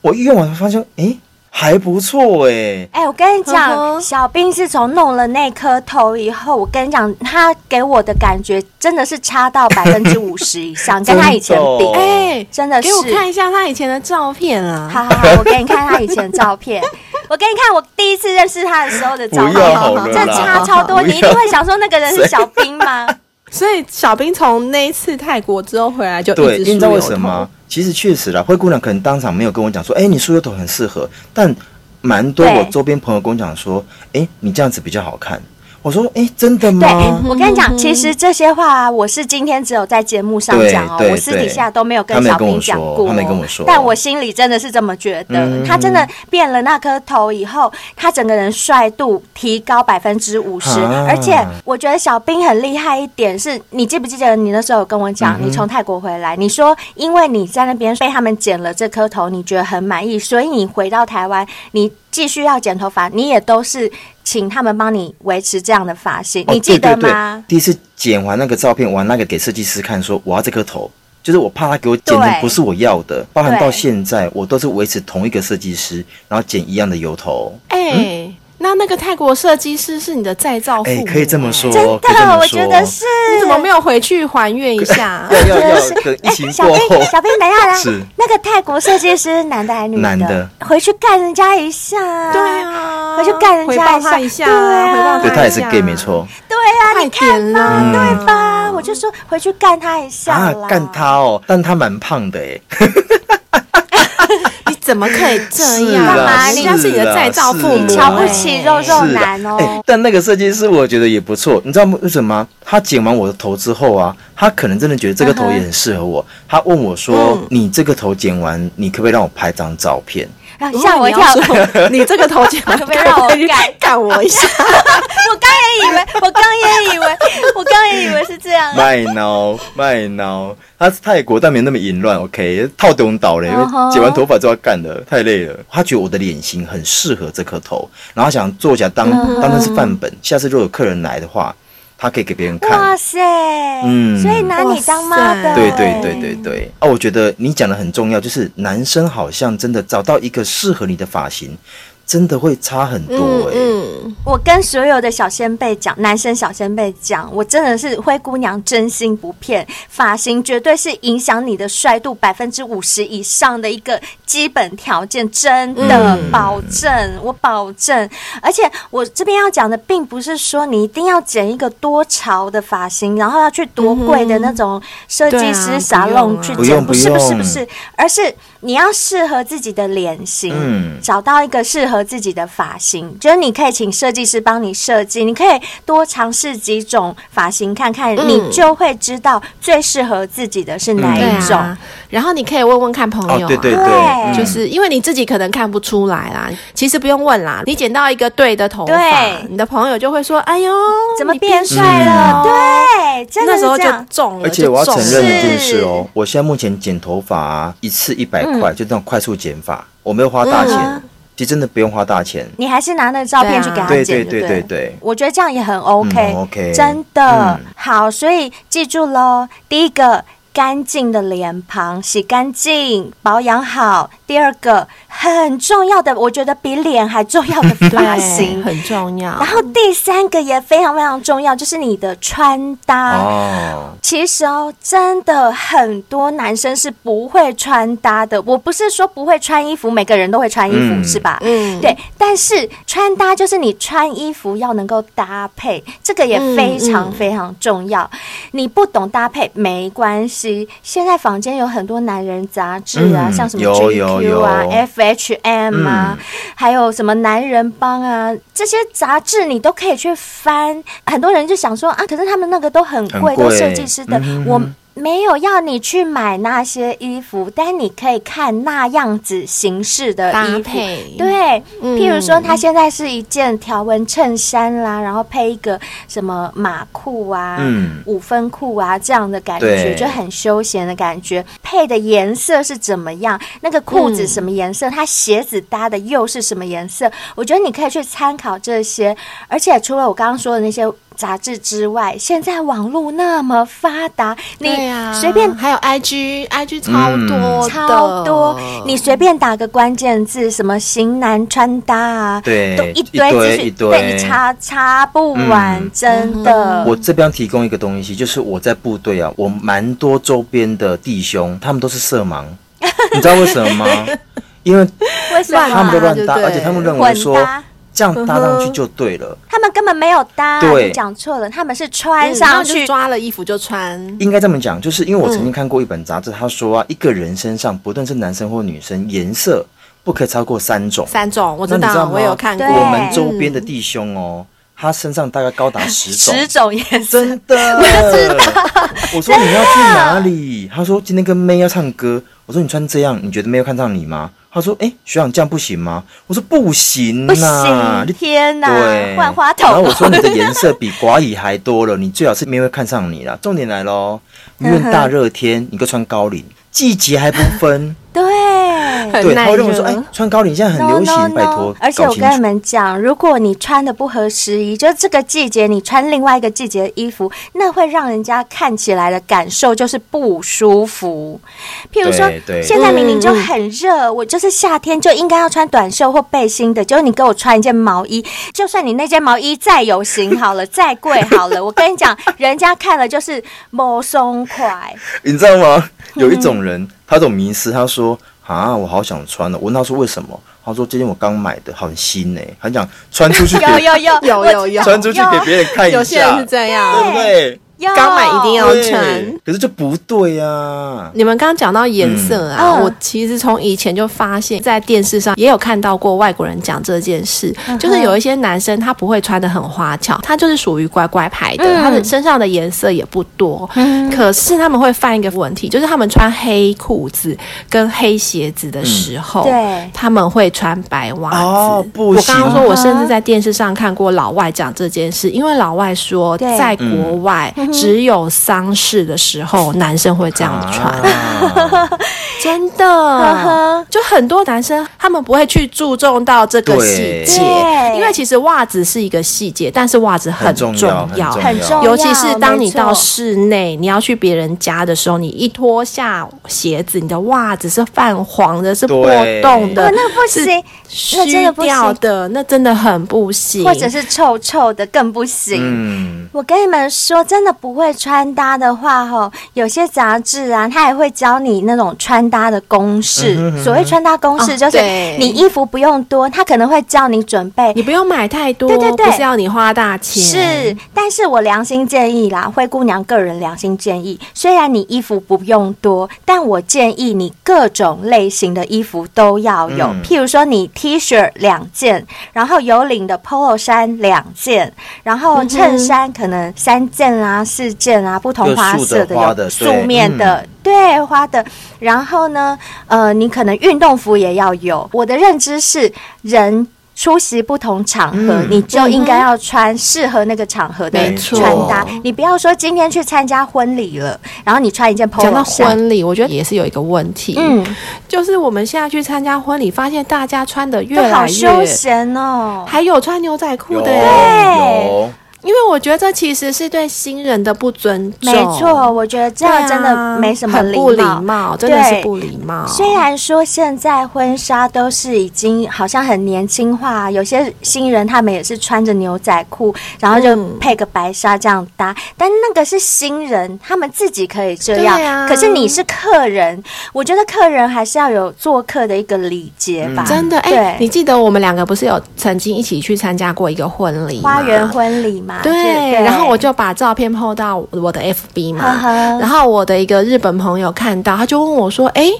Speaker 4: 我一用完发现，诶，还不错哎。
Speaker 3: 哎、我跟你讲，
Speaker 2: 呵呵
Speaker 3: 小兵自从弄了那颗头以后，我跟你讲，他给我的感觉真的是差到百分之五十以 上，跟他以前
Speaker 4: 真的
Speaker 3: 比。
Speaker 4: 哦
Speaker 2: 哎、
Speaker 3: 真的是
Speaker 2: 给我看一下他以前的照片啊！
Speaker 3: 好好好，我给你看他以前的照片。我给你看我第一次认识他的时候的照
Speaker 4: 不要
Speaker 3: 片，
Speaker 4: 好了
Speaker 3: 这
Speaker 4: 啦
Speaker 3: 差超多，
Speaker 4: 不要
Speaker 3: 你一定会想说那个人是小兵吗？
Speaker 2: 所以小兵从那一次泰国之后回来 就
Speaker 4: 对，
Speaker 2: 一
Speaker 4: 你
Speaker 2: 直
Speaker 4: 知道
Speaker 2: 梳
Speaker 4: 为
Speaker 2: 油
Speaker 4: 什
Speaker 2: 头
Speaker 4: 么？？其实确实啦，灰姑娘可能当场没有跟我讲说，哎、你梳油头很适合，但蛮多
Speaker 3: 对
Speaker 4: 我周边朋友跟我讲说，哎、你这样子比较好看。我说，哎、真的
Speaker 3: 对
Speaker 4: 吗？，
Speaker 3: 我跟你讲，其实这些话啊我是今天只有在节目上
Speaker 4: 对
Speaker 3: 讲哦，
Speaker 4: 对
Speaker 3: 我私底
Speaker 4: 对
Speaker 3: 下都没有
Speaker 4: 他
Speaker 3: 跟
Speaker 4: 没
Speaker 3: 小
Speaker 4: 跟我
Speaker 3: 兵讲
Speaker 4: 说
Speaker 3: 过哦，
Speaker 4: 他没跟我说嗯
Speaker 3: 但我心里真的是这么觉得，他真的变了那颗头以后，他整个人帅度提高百分之五十
Speaker 4: 啊，
Speaker 3: 而且我觉得小兵很厉害一点是，你记不记得你那时候有跟我
Speaker 4: 嗯
Speaker 3: 讲，你从泰国回来，你说因为你在那边被他们剪了这颗头，你觉得很满意，所以你回到台湾，你继续要剪头发，你也都是。请他们帮你维持这样的发型，
Speaker 4: 哦
Speaker 3: 你记得
Speaker 4: 对
Speaker 3: 吗？
Speaker 4: 对对第一次剪完那个照片，我拿那个给设计师看说，我要这颗头，就是我怕他给我剪成
Speaker 3: 对
Speaker 4: 不是我要的。包含
Speaker 3: 对
Speaker 4: 到现在，我都是维持同一个设计师，然后剪一样的油头。
Speaker 2: 哎、那那个泰国设计师是你的再造父母、
Speaker 4: 嗯哎、可以这么说，
Speaker 2: 哎
Speaker 4: 可以这
Speaker 3: 哦的，
Speaker 4: 么
Speaker 3: 我
Speaker 4: 说。
Speaker 3: 觉得是。
Speaker 2: 你怎么没有回去还愿一下？
Speaker 4: 要要要
Speaker 3: 是，
Speaker 4: 等疫情
Speaker 3: 哎小
Speaker 4: 过
Speaker 3: 兵
Speaker 4: 后，，
Speaker 3: 小兵，等一下
Speaker 4: 是
Speaker 3: 啦。那个泰国设计师，男的还是女的？
Speaker 4: 男的
Speaker 3: 回去干人家一下。
Speaker 2: 对。啊，
Speaker 3: 我就干人
Speaker 2: 回
Speaker 3: 家
Speaker 2: 报
Speaker 3: 一
Speaker 2: 他
Speaker 3: 下
Speaker 2: 一下，
Speaker 3: 对啊
Speaker 2: 回报
Speaker 4: 对他
Speaker 2: 他
Speaker 4: 也
Speaker 2: 一
Speaker 4: 是
Speaker 2: 下
Speaker 4: gay 没。错
Speaker 3: 对啊，
Speaker 2: 快
Speaker 3: 你看
Speaker 2: 点
Speaker 3: 嘛，
Speaker 2: 啦
Speaker 3: 对吧？我就说回去干他一下
Speaker 4: 嗯啊，
Speaker 3: 啦。
Speaker 4: 干他哦，但他蛮胖的哎。
Speaker 2: 你怎么可以这
Speaker 4: 是
Speaker 2: 样？
Speaker 4: 啊
Speaker 2: 干嘛？
Speaker 4: 是
Speaker 2: 人家是你的
Speaker 4: 啊
Speaker 2: 再造
Speaker 4: 是
Speaker 2: 父母，
Speaker 4: 啊
Speaker 3: 瞧不起肉肉
Speaker 4: 是
Speaker 3: 男哦
Speaker 4: 哎但那个设计师我觉得也不错，你知道为什么吗？他剪完我的头之后啊，他可能真的觉得这个头也很适合我。他问我说：“
Speaker 3: 嗯
Speaker 4: 你这个头剪完，你可不可以让我拍张照片
Speaker 3: 然后
Speaker 2: 如果
Speaker 3: 啊吓我一
Speaker 2: 你
Speaker 3: 跳
Speaker 2: 要。说你这个头 剪完，
Speaker 3: 可不可以 让我
Speaker 2: 可以
Speaker 3: 干
Speaker 2: 干我一下？
Speaker 3: 我刚也以为， 我刚也以为，我刚也以为是这样？”。啊
Speaker 4: 卖 挠卖挠，他是泰国但没那么淫乱，OK，套东岛嘞，因为
Speaker 3: 嗯哼
Speaker 4: 剪完头发之后要干的太累了。他觉得我的脸型很适合这颗头，然后他想做起来当
Speaker 3: 嗯
Speaker 4: 当成是范本，下次如果有客人来的话，他可以给别人看。
Speaker 3: 哇塞！
Speaker 4: 嗯
Speaker 3: 所以拿你当妈
Speaker 2: 哇塞
Speaker 3: 的。
Speaker 4: 对对对对对，哦，我觉得你讲的很重要，就是男生好像真的找到一个适合你的发型，真的会差很多哎、
Speaker 2: 嗯，
Speaker 3: 我跟所有的小先辈讲，男生小先辈讲，我真的是灰姑娘，真心不骗，发型绝对是影响你的帅度百分之五十以上的一个基本条件，真的、
Speaker 2: 嗯
Speaker 3: 保证，我保证。而且我这边要讲的，并不是说你一定要剪一个多潮的发型，然后要去多贵的那种设计
Speaker 2: 嗯对啊
Speaker 3: 师沙
Speaker 2: 不
Speaker 3: 龙
Speaker 2: 用啊
Speaker 3: 去
Speaker 4: 不
Speaker 3: 剪，
Speaker 4: 用
Speaker 3: 不是不
Speaker 4: 不
Speaker 3: 是
Speaker 4: 用
Speaker 3: 不是，而是你要适合自己的脸型。
Speaker 4: 嗯
Speaker 3: 找到一个适合自己的发型，就是你可以请设计师帮你设计，你可以多尝试几种发型看看，
Speaker 2: 嗯
Speaker 3: 你就会知道最适合自己的是哪
Speaker 2: 对
Speaker 3: 一种。
Speaker 2: 啊。然后你可以问问看朋友
Speaker 4: 哦，
Speaker 2: 啊，
Speaker 4: 对对
Speaker 3: 对
Speaker 4: 嗯
Speaker 2: 就是因为你自己可能看不出来啦，其实不用问啦，你剪到一个对的头发
Speaker 3: 对，
Speaker 2: 你的朋友就会说：“哎呦，
Speaker 3: 怎么
Speaker 2: 你
Speaker 3: 变帅
Speaker 2: 哦
Speaker 3: 了？对，真的
Speaker 2: 那
Speaker 3: 是
Speaker 2: 时候
Speaker 3: 这
Speaker 2: 就
Speaker 3: 样。
Speaker 2: 中了，
Speaker 4: 而且我要承
Speaker 2: 就中
Speaker 4: 认
Speaker 2: 了
Speaker 4: 一件事哦，我现在目前剪头发、啊、一次一百块，就这种快速剪法，我没有花大钱，
Speaker 3: 嗯
Speaker 4: 其实真的不用花大钱。
Speaker 3: 你还是拿那个照片去给他
Speaker 4: 对对
Speaker 3: 剪，就
Speaker 4: 对
Speaker 3: 了
Speaker 4: 对对，
Speaker 3: 我觉得这样也很 OK，,、
Speaker 4: 嗯，OK
Speaker 3: 真的、
Speaker 4: 嗯
Speaker 3: 好，所以记住喽，第一个。干净的脸庞，洗干净，保养好。第二个很重要的，我觉得比脸还重要的发型
Speaker 2: 对，。很重要
Speaker 3: 然。后第三个也非常非常重要，就是你的穿搭。
Speaker 4: 哦，
Speaker 3: 其实哦，真的很多男生是不会穿搭的。我不是说不会穿衣服，每个人都会穿衣服，
Speaker 4: 嗯
Speaker 3: 是吧？
Speaker 2: 嗯
Speaker 3: 对。但是穿搭就是你穿衣服要能够搭配，这个也非常非常重
Speaker 2: 嗯
Speaker 3: 要。你不懂搭配没关系，现在坊间有很多男人杂志啊，
Speaker 4: 嗯
Speaker 3: 像什么
Speaker 4: 有有
Speaker 3: GQ 啊、
Speaker 4: 有嗯
Speaker 3: FHM 啊，还有什么男人帮啊，这些杂志你都可以去翻。很多人就想说啊，可是他们那个都很
Speaker 4: 很
Speaker 3: 贵，都
Speaker 4: 贵
Speaker 3: 设计师的，
Speaker 4: 嗯哼
Speaker 3: 我。没有要你去买那些衣服，但你可以看那样子形式的
Speaker 2: 搭
Speaker 3: 衣服
Speaker 2: 配
Speaker 3: 对，
Speaker 2: 嗯
Speaker 3: 譬如说，它现在是一件条纹衬衫啦，然后配一个什么马裤啊、
Speaker 4: 嗯
Speaker 3: 五分裤啊这样的感觉，
Speaker 4: 对
Speaker 3: 就很休闲的感觉。配的颜色是怎么样？那个裤子什么颜色？它鞋子搭的又是什么颜色？我觉得你可以去参考这些。而且除了我刚刚说的那些杂志之外，现在网络那么发达，你
Speaker 2: 对啊呀、
Speaker 3: 随便
Speaker 2: 还有 IG，IG
Speaker 4: 嗯
Speaker 2: 超多、的
Speaker 3: 超多，你随便打个关键字，什么型男穿搭啊，
Speaker 4: 对
Speaker 3: 都一
Speaker 4: 一
Speaker 3: 堆
Speaker 4: 堆
Speaker 3: 资
Speaker 4: 一
Speaker 3: 讯，
Speaker 4: 堆
Speaker 3: 对你查查不完，
Speaker 4: 嗯
Speaker 3: 真的。
Speaker 2: 呃
Speaker 4: 我这边提供一个东西，就是我在部队啊，我蛮多周边的弟兄，他们都是色盲， 你知道为什么吗？因为
Speaker 3: 为什
Speaker 2: 乱
Speaker 3: 么
Speaker 4: 他们
Speaker 2: 搭
Speaker 4: 都乱
Speaker 2: 就
Speaker 4: 搭，
Speaker 2: 对
Speaker 4: 而且他们认为
Speaker 3: 混
Speaker 4: 说
Speaker 3: 搭
Speaker 4: 这样搭上去就对了，
Speaker 3: 他们根本没有搭，
Speaker 4: 对
Speaker 3: 你讲错了，他们是
Speaker 2: 嗯
Speaker 3: 穿
Speaker 2: 然后
Speaker 3: 上
Speaker 2: 就
Speaker 3: 去。
Speaker 2: 抓了衣服就穿，
Speaker 4: 应该这么讲，就是因为我曾经看过一本杂志，他说啊，一个人身上不论是男生或女生，颜色不可以超过三种。
Speaker 2: 三种我
Speaker 4: 那
Speaker 2: 知
Speaker 4: 你
Speaker 2: 道，
Speaker 4: 知道吗
Speaker 2: 我有看过。
Speaker 3: 对
Speaker 4: 我们周边的弟兄哦，他身上大概高达十种。
Speaker 3: 十种颜色，
Speaker 4: 真的，我知道。我说你要去
Speaker 3: 啊
Speaker 4: 哪里？他说今天跟妹要唱歌。我说你穿这样，你觉得妹要看上你吗？他说哎、学长这样不行吗？我说不行
Speaker 3: 不
Speaker 4: 呐、
Speaker 3: 行！
Speaker 4: 嗯你
Speaker 3: 天哪
Speaker 4: 对，，
Speaker 3: 万花筒
Speaker 4: 然后我说你的颜色比寡乙还多了，你最好是妹会看上你啦。重点来喽，
Speaker 3: 嗯
Speaker 4: 因为大热天，你个穿高领，季节还不 分，
Speaker 3: 对，
Speaker 2: 很
Speaker 4: 对，
Speaker 2: 耐
Speaker 4: 他会认为
Speaker 2: 热
Speaker 4: 说，哎、穿高领现在很
Speaker 3: no
Speaker 4: 流行
Speaker 3: no
Speaker 4: 拜托
Speaker 3: no！，而且
Speaker 4: 搞
Speaker 3: 我
Speaker 4: 清
Speaker 3: 跟你
Speaker 4: 楚
Speaker 3: 们讲，如果你穿的不合时宜，就这个季节你穿另外一个季节的衣服，那会让人家看起来的感受就是不舒服。譬如说
Speaker 4: 对，对
Speaker 3: 现在明明就很热，我就是夏天就应该要穿短袖或背心的，结果你给我穿一件毛衣，就算你那件毛衣再有型好了，再贵 好了，我跟你讲，人家看了就是摸松快。
Speaker 4: 你知道吗？
Speaker 2: 嗯
Speaker 4: 有一种人，他这种迷失，他说啊，我好想穿了。我问他说为什么？他说这件我刚买的，很新呢、很想穿 出去给
Speaker 2: 哎
Speaker 3: 有有有
Speaker 2: 有
Speaker 3: 我
Speaker 2: 有有
Speaker 4: 穿出去给别人看一下，
Speaker 2: 有些人是这
Speaker 4: 对
Speaker 2: 样
Speaker 4: 不，对？
Speaker 3: 有
Speaker 2: 刚买一定要
Speaker 4: 对
Speaker 2: 穿。
Speaker 4: 可是这不对啊。
Speaker 2: 你们刚刚讲到颜色啊，
Speaker 4: 哦
Speaker 3: 嗯嗯
Speaker 2: 我其实从以前就发现，在电视上也有看到过外国人讲这件事，
Speaker 3: 嗯
Speaker 2: 就是有一些男生他不会穿的很花俏，他就是属于乖乖牌的，
Speaker 3: 嗯
Speaker 2: 他的身上的颜色也不多，可是他们会犯一个问题，就是他们穿黑裤子跟黑鞋子的时候，
Speaker 3: 嗯对
Speaker 2: 他们会穿白袜子。
Speaker 4: 哦，不
Speaker 2: 我
Speaker 4: 行
Speaker 2: 刚刚说，我甚至在电视上看过老外讲这件事，因为老外说，
Speaker 3: 对
Speaker 2: 在国外
Speaker 4: 嗯
Speaker 2: 只有丧事的时候，男生会这样穿，
Speaker 4: 啊
Speaker 2: 真的
Speaker 3: 呵。
Speaker 2: 就很多男生他们不会去注重到这个细节
Speaker 3: 对，
Speaker 2: 因为其实袜子是一个细节，但是袜子很
Speaker 4: 很重要，
Speaker 2: 要
Speaker 4: 很
Speaker 3: 很重要
Speaker 2: 嗯尤其是当你到
Speaker 3: 没错
Speaker 2: 室内，你要去别人家的时候，你一脱下鞋子，你的袜子是泛黄的，是破
Speaker 4: 对
Speaker 2: 洞的
Speaker 3: 哦，，那不
Speaker 2: 是
Speaker 3: 行，
Speaker 2: 虚
Speaker 3: 那真的不行
Speaker 2: 掉的，那真的很不行。
Speaker 3: 或者是臭臭的更不行。
Speaker 4: 嗯，
Speaker 3: 我跟你们说，真的不会穿搭的话，吼，有些杂志啊，它还会教你那种穿搭的公式。所谓穿搭公
Speaker 2: 哦
Speaker 3: 式，就是
Speaker 2: 对
Speaker 3: 你衣服不用多，它可能会教你准备
Speaker 2: 你不用买太多，
Speaker 3: 对对对
Speaker 2: 不是要你花大钱。
Speaker 3: 是，但是我良心建议啦，灰姑娘个人良心建议，虽然你衣服不用多，但我建议你各种类型的衣服都要有。
Speaker 4: 嗯
Speaker 3: 譬如说，你 T 恤两件，然后有领的 polo 衫两件，然后衬衫可能三件啦、四件啊，不同
Speaker 4: 有
Speaker 3: 花
Speaker 4: 素的
Speaker 3: 色的，
Speaker 4: 花的
Speaker 3: 有素
Speaker 4: 对嗯
Speaker 3: 面的，对花的。然后呢，呃，你可能运动服也要有。我的认知是人。出席不同场合，
Speaker 4: 嗯
Speaker 3: 你就应该要穿适合那个场合的
Speaker 2: 没错
Speaker 3: 穿搭。你不要说今天去参加婚礼了，然后你穿一件 polo
Speaker 2: 讲到
Speaker 3: 衫
Speaker 2: 婚礼，我觉得也是有一个问题，
Speaker 3: 嗯，
Speaker 2: 就是我们现在去参加婚礼，发现大家穿的越
Speaker 3: 都好
Speaker 2: 来
Speaker 3: 休
Speaker 2: 越，
Speaker 3: 闲哦。
Speaker 2: 还有穿牛仔裤
Speaker 4: 有
Speaker 2: 的耶，
Speaker 4: 有，
Speaker 2: 因为我觉得这其实是对新人的不尊重。
Speaker 3: 没错，我觉得这
Speaker 2: 对啊，
Speaker 3: 样真的没什么
Speaker 2: 很
Speaker 3: 礼
Speaker 2: 不礼
Speaker 3: 貌。
Speaker 2: 貌，真的是
Speaker 3: 对
Speaker 2: 不礼貌。
Speaker 3: 虽然说现在婚纱都是已经好像很年轻化，有些新人他们也是穿着牛仔裤，然后就
Speaker 2: 嗯
Speaker 3: 配个白纱这样搭，但那个是新人，他们自己可以这样。
Speaker 2: 对啊
Speaker 3: 可是你是客人，我觉得客人还是要有做客的一个礼
Speaker 4: 嗯
Speaker 3: 节吧。
Speaker 2: 真的，哎、
Speaker 3: 对
Speaker 2: 你记得我们两个不是有曾经一起去参加过一个婚礼吗
Speaker 3: 花
Speaker 4: 啊
Speaker 3: 园婚礼嘛，
Speaker 2: 对，
Speaker 3: 就
Speaker 2: 然后我就把照片 PO 到我的 FB 嘛，
Speaker 3: 呵呵
Speaker 2: 然后我的一个日本朋友看到，他就问我说：“哎，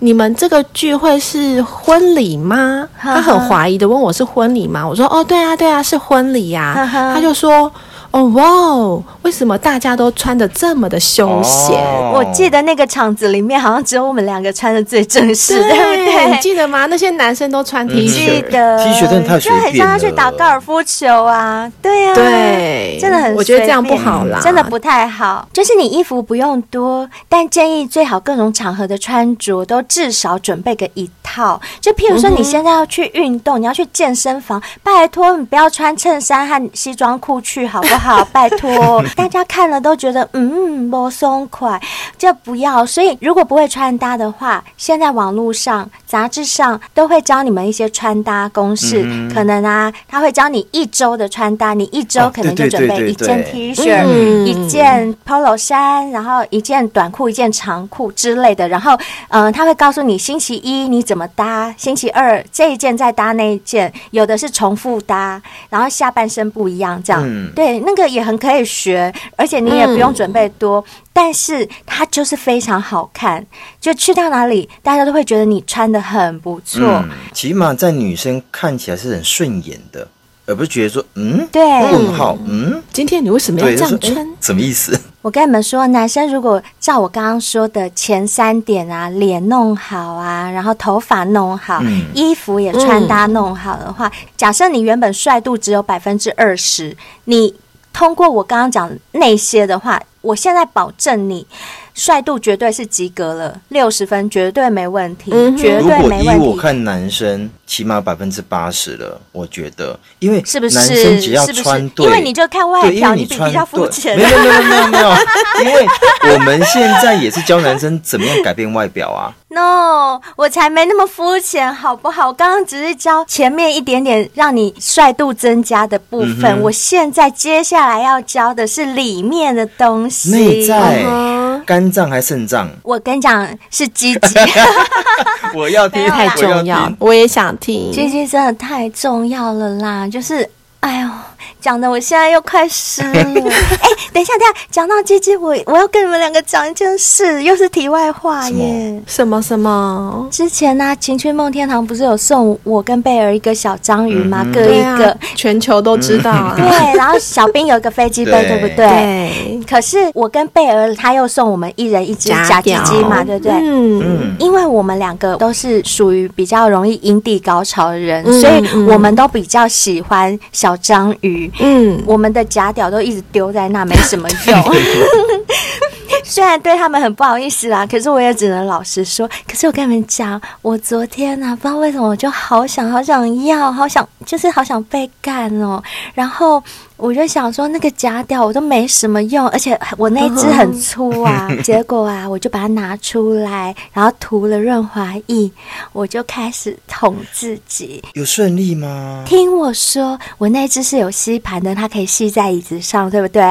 Speaker 2: 你们这个聚会是婚礼吗？”
Speaker 3: 呵
Speaker 2: 他很怀疑的问我是婚礼吗？我说：“哦，对啊，对啊，是婚礼呀、
Speaker 3: 呵呵
Speaker 2: 他就说：“哦哇哦，为什么大家都穿的这么的休闲？”
Speaker 4: 哦
Speaker 3: 我记得那个场子里面好像只有我们两个穿的最正式，
Speaker 2: 对
Speaker 3: 对不嗯
Speaker 2: 对，你记得吗？那些男生都穿 T
Speaker 3: 记
Speaker 2: 恤，
Speaker 3: 得
Speaker 4: T 恤真的太随
Speaker 3: 就
Speaker 4: 便
Speaker 3: 很像他去打
Speaker 4: 了
Speaker 3: 高尔夫球啊，对啊，
Speaker 2: 对，
Speaker 3: 真的很随便，
Speaker 2: 我觉得这样不好啦，
Speaker 3: 真的不太好。就是你衣服不用多，但建议最好各种场合的穿着都至少准备个一套。就譬如说，你现在要去运
Speaker 4: 嗯
Speaker 3: 动，你要去健身房，拜托你不要穿衬衫和西装裤去，好不 好？拜托，大家看了都觉得嗯，不松快，就不要。所以如果不会穿搭的话，现在网络上、杂志上都会教你们一些穿搭公式，
Speaker 4: 嗯
Speaker 3: 可能啊，他会教你一周的穿搭，你一周
Speaker 4: 哦
Speaker 3: 可能就
Speaker 4: 对对
Speaker 3: 准备
Speaker 4: 对对
Speaker 3: 一件
Speaker 4: 对
Speaker 3: T 恤、
Speaker 2: 嗯
Speaker 3: 一件 polo 衫，然后一件短裤、一件长裤之类的。然后，嗯、他会告诉你星期一你怎么搭，星期二这一件再搭那一件，有的是重复搭，然后下半身不一样，这样、
Speaker 4: 嗯
Speaker 3: 对，那个也很可以学，而且你也不用准备多。但是它就是非常好看，就去到哪里，大家都会觉得你穿的很不错。
Speaker 4: 嗯，起码在女生看起来是很顺眼的，而不是觉得说嗯，
Speaker 3: 对
Speaker 4: 问号，嗯，
Speaker 2: 今天你为什么要
Speaker 4: 对，
Speaker 2: 这
Speaker 4: 就
Speaker 2: 样
Speaker 4: 是哎
Speaker 2: 穿
Speaker 4: 诶？什么意思？
Speaker 3: 我跟你们说，男生如果照我刚刚说的前三点啊，脸弄好啊，然后头发弄好，
Speaker 4: 嗯
Speaker 3: 衣服也穿搭弄好的话，
Speaker 2: 嗯
Speaker 3: 假设你原本帅度只有百分之二十，你通过我刚刚讲那些的话，我现在保证你帅度绝对是及格了，六十分绝对没问题，
Speaker 2: 嗯哼
Speaker 3: 绝
Speaker 4: 如
Speaker 3: 对
Speaker 4: 果
Speaker 3: 没
Speaker 4: 以
Speaker 3: 问
Speaker 4: 我
Speaker 3: 题。
Speaker 4: 看，男生起码百分之八十了，我觉得，因为
Speaker 3: 是不是？
Speaker 4: 男生只要
Speaker 3: 是不
Speaker 4: 穿
Speaker 3: 是？
Speaker 4: 对，
Speaker 3: 因为你就看外
Speaker 4: 对，因
Speaker 3: 表，
Speaker 4: 为你
Speaker 3: 比
Speaker 4: 穿
Speaker 3: 比较肤
Speaker 4: 对
Speaker 3: 浅
Speaker 4: 没。有没有没有没有， 因为我们现在也是教男生怎么样改变外表啊。
Speaker 3: No，我才没那么肤浅，好不好？我刚刚只是教前面一点点让你帅度增加的部分，
Speaker 4: 嗯哼
Speaker 3: 我现在接下来要教的是里面的东西。
Speaker 4: 内在
Speaker 3: 哦
Speaker 2: 嗯哼
Speaker 4: 肝脏还肾脏，
Speaker 3: 我跟你讲是鸡 鸡，
Speaker 4: 我要听，
Speaker 2: 太
Speaker 4: 我要
Speaker 2: 重要
Speaker 4: 听，。
Speaker 2: 我也想听。
Speaker 3: 鸡鸡真的太重要了啦！就是，哎呦，讲的我现在又快湿 了。哎、等一下，等一下，讲到鸡鸡，我我要跟你们两个讲一件事，又是题外话
Speaker 4: 什么
Speaker 3: 耶。
Speaker 2: 什么什么？
Speaker 3: 之前呢、情趣梦天堂不是有送我跟贝尔一个小章鱼吗？
Speaker 4: 嗯哼
Speaker 3: 各
Speaker 2: 对
Speaker 3: 一
Speaker 2: 啊
Speaker 3: 个。，
Speaker 2: 全球都知道 啊。
Speaker 3: 对，然后小兵有一个飞机杯，对
Speaker 4: 对
Speaker 3: 不嗯对？
Speaker 2: 对，
Speaker 3: 可是我跟贝儿他又送我们一人一只假鸡鸡嘛，对不对？
Speaker 2: 嗯，
Speaker 4: 嗯，
Speaker 3: 因为我们两个都是属于比较容易阴蒂高潮的人，
Speaker 2: 嗯
Speaker 3: 所以我们都比较喜欢小章鱼。
Speaker 2: 嗯，
Speaker 3: 我们的假屌都一直丢在那，没什么用。
Speaker 4: 嗯
Speaker 3: 虽然对他们很不好意思啦，可是我也只能老实说。可是我跟你们讲，我昨天呢、不知道为什么我就好想好想要，好想就是好想被干哦。然后我就想说，那个假屌我都没什么用，而且我那一只很粗啊。结果啊，我就把它拿出来，然后涂了润滑液，我就开始捅自己。
Speaker 4: 有顺利吗？
Speaker 3: 听我说，我那只是有吸盘的，它可以吸在椅子上，对不对？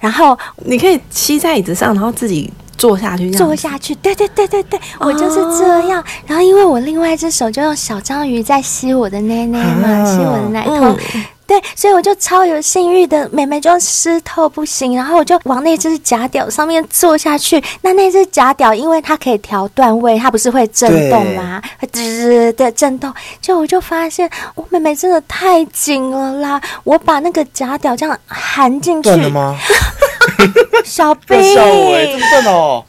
Speaker 3: 然后
Speaker 2: 你可以吸在椅子上，然后自己坐下去，这样哦
Speaker 3: 坐下去，对对对对对，我就是这样。然后因为我另外一只手就用小章鱼在吸我的奶奶嘛，
Speaker 4: 啊
Speaker 3: 吸我的奶头。
Speaker 2: 嗯
Speaker 3: 对，所以我就超有性欲的，妹妹就湿透不行，然后我就往那只假屌上面坐下去。那那只假屌，因为它可以调段位，它不是会震动吗？会吱的震动，就我就发现我妹妹真的太紧了啦！我把那个假屌这样含进去，
Speaker 4: 断了吗？
Speaker 3: 小
Speaker 4: 不
Speaker 3: 兵
Speaker 4: 笑我哎，这么断哦，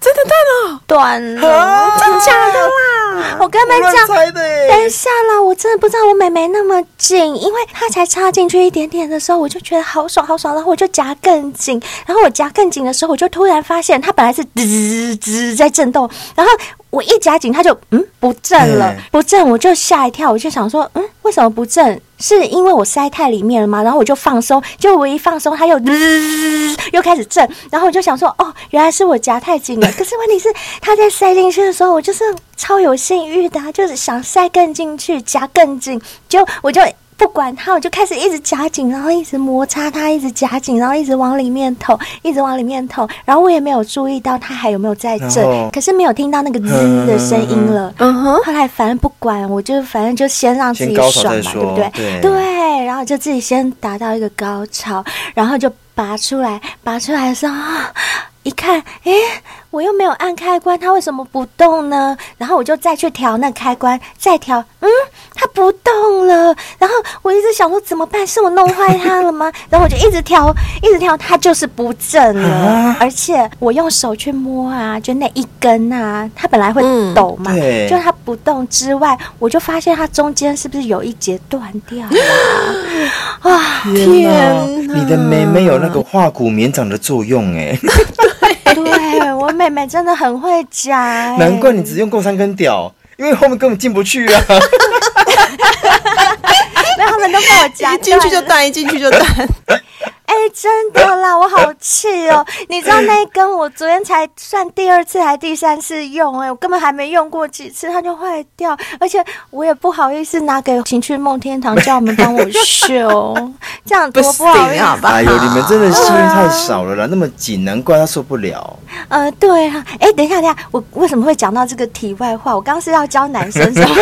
Speaker 2: 真的断了，
Speaker 3: 断了，真假的啦！我跟你
Speaker 4: 啊我
Speaker 3: 们
Speaker 4: 乱
Speaker 3: 讲，
Speaker 4: 猜的欸。
Speaker 3: 等一下啦，我真的不知道我妹妹那么紧，因为她才插进去一点点的时候，我就觉得好爽好爽，然后我就夹更紧，然后我夹更紧的时候，我就突然发现它本来是吱吱在震动，然后我一夹紧，它就嗯不震了
Speaker 4: 嗯，
Speaker 3: 不震我就吓一跳，我就想说嗯为什么不震？是因为我塞太里面了吗？然后我就放松，结果我一放松，它又
Speaker 4: 嗯
Speaker 3: 吱 又开始震，然后我就想说哦原来是我夹太 紧了，可是问题是它在塞进去的时候，我就是超有性欲的啊、就是想塞更进去，夹更紧，就我就不管它，我就开始一直夹紧，然后一直摩擦它，一直夹紧，然后一直往里面捅，一直往里面捅，然后我也没有注意到它还有没有在
Speaker 4: 然后嗯
Speaker 3: 震，可是没有听到那个滋的声音了。
Speaker 2: 嗯哼，
Speaker 3: 后来反正不管，我就反正就先让自己
Speaker 4: 先高潮
Speaker 3: 爽
Speaker 4: 再
Speaker 3: 嘛，对
Speaker 4: 说
Speaker 3: 不对？
Speaker 4: 对
Speaker 3: 对，然后就自己先达到一个高潮，然后就拔出来，拔出来的时候啊，一看，诶，我又没有按开关，它为什么不动呢？然后我就再去调那开关，再调，嗯，它不动了。然后我一直想说怎么办？是我弄坏它了吗？ 然后我就一直挑，一直挑，它就是不正
Speaker 4: 啊
Speaker 3: 了。而且我用手去摸啊，就那一根啊，它本来会
Speaker 2: 嗯
Speaker 3: 抖嘛，
Speaker 4: 对
Speaker 3: 就它不动之外，我就发现它中间是不是有一节断掉了？啊，
Speaker 4: 天哪，
Speaker 2: 天哪
Speaker 4: 你的妹妹有那个化骨绵掌的作用哎、
Speaker 3: 对我妹妹真的很会夹、欸，
Speaker 4: 难怪你只用过三根屌，因为后面根本进不去啊。
Speaker 3: 没有他们都把我夹
Speaker 2: 一进去
Speaker 3: 哦断
Speaker 2: 就
Speaker 3: 了
Speaker 2: 断，一进去就断。
Speaker 3: 哎、真的啦，我好气哦！你知道那一根我昨天才算第二次还第三次用、哎，我根本还没用过几次，它就坏掉，而且我也不好意思拿给情趣梦天堂叫我们帮我修，这样多不好意
Speaker 2: 不行啊
Speaker 3: 思。
Speaker 2: 吧
Speaker 4: 哎呦，你们真的幸运太少了啦，那么紧，难怪她受不 了。
Speaker 3: 呃，对啊，哎、等一下，等一下，我为什么会讲到这个题外话？我刚刚是要教男生什么？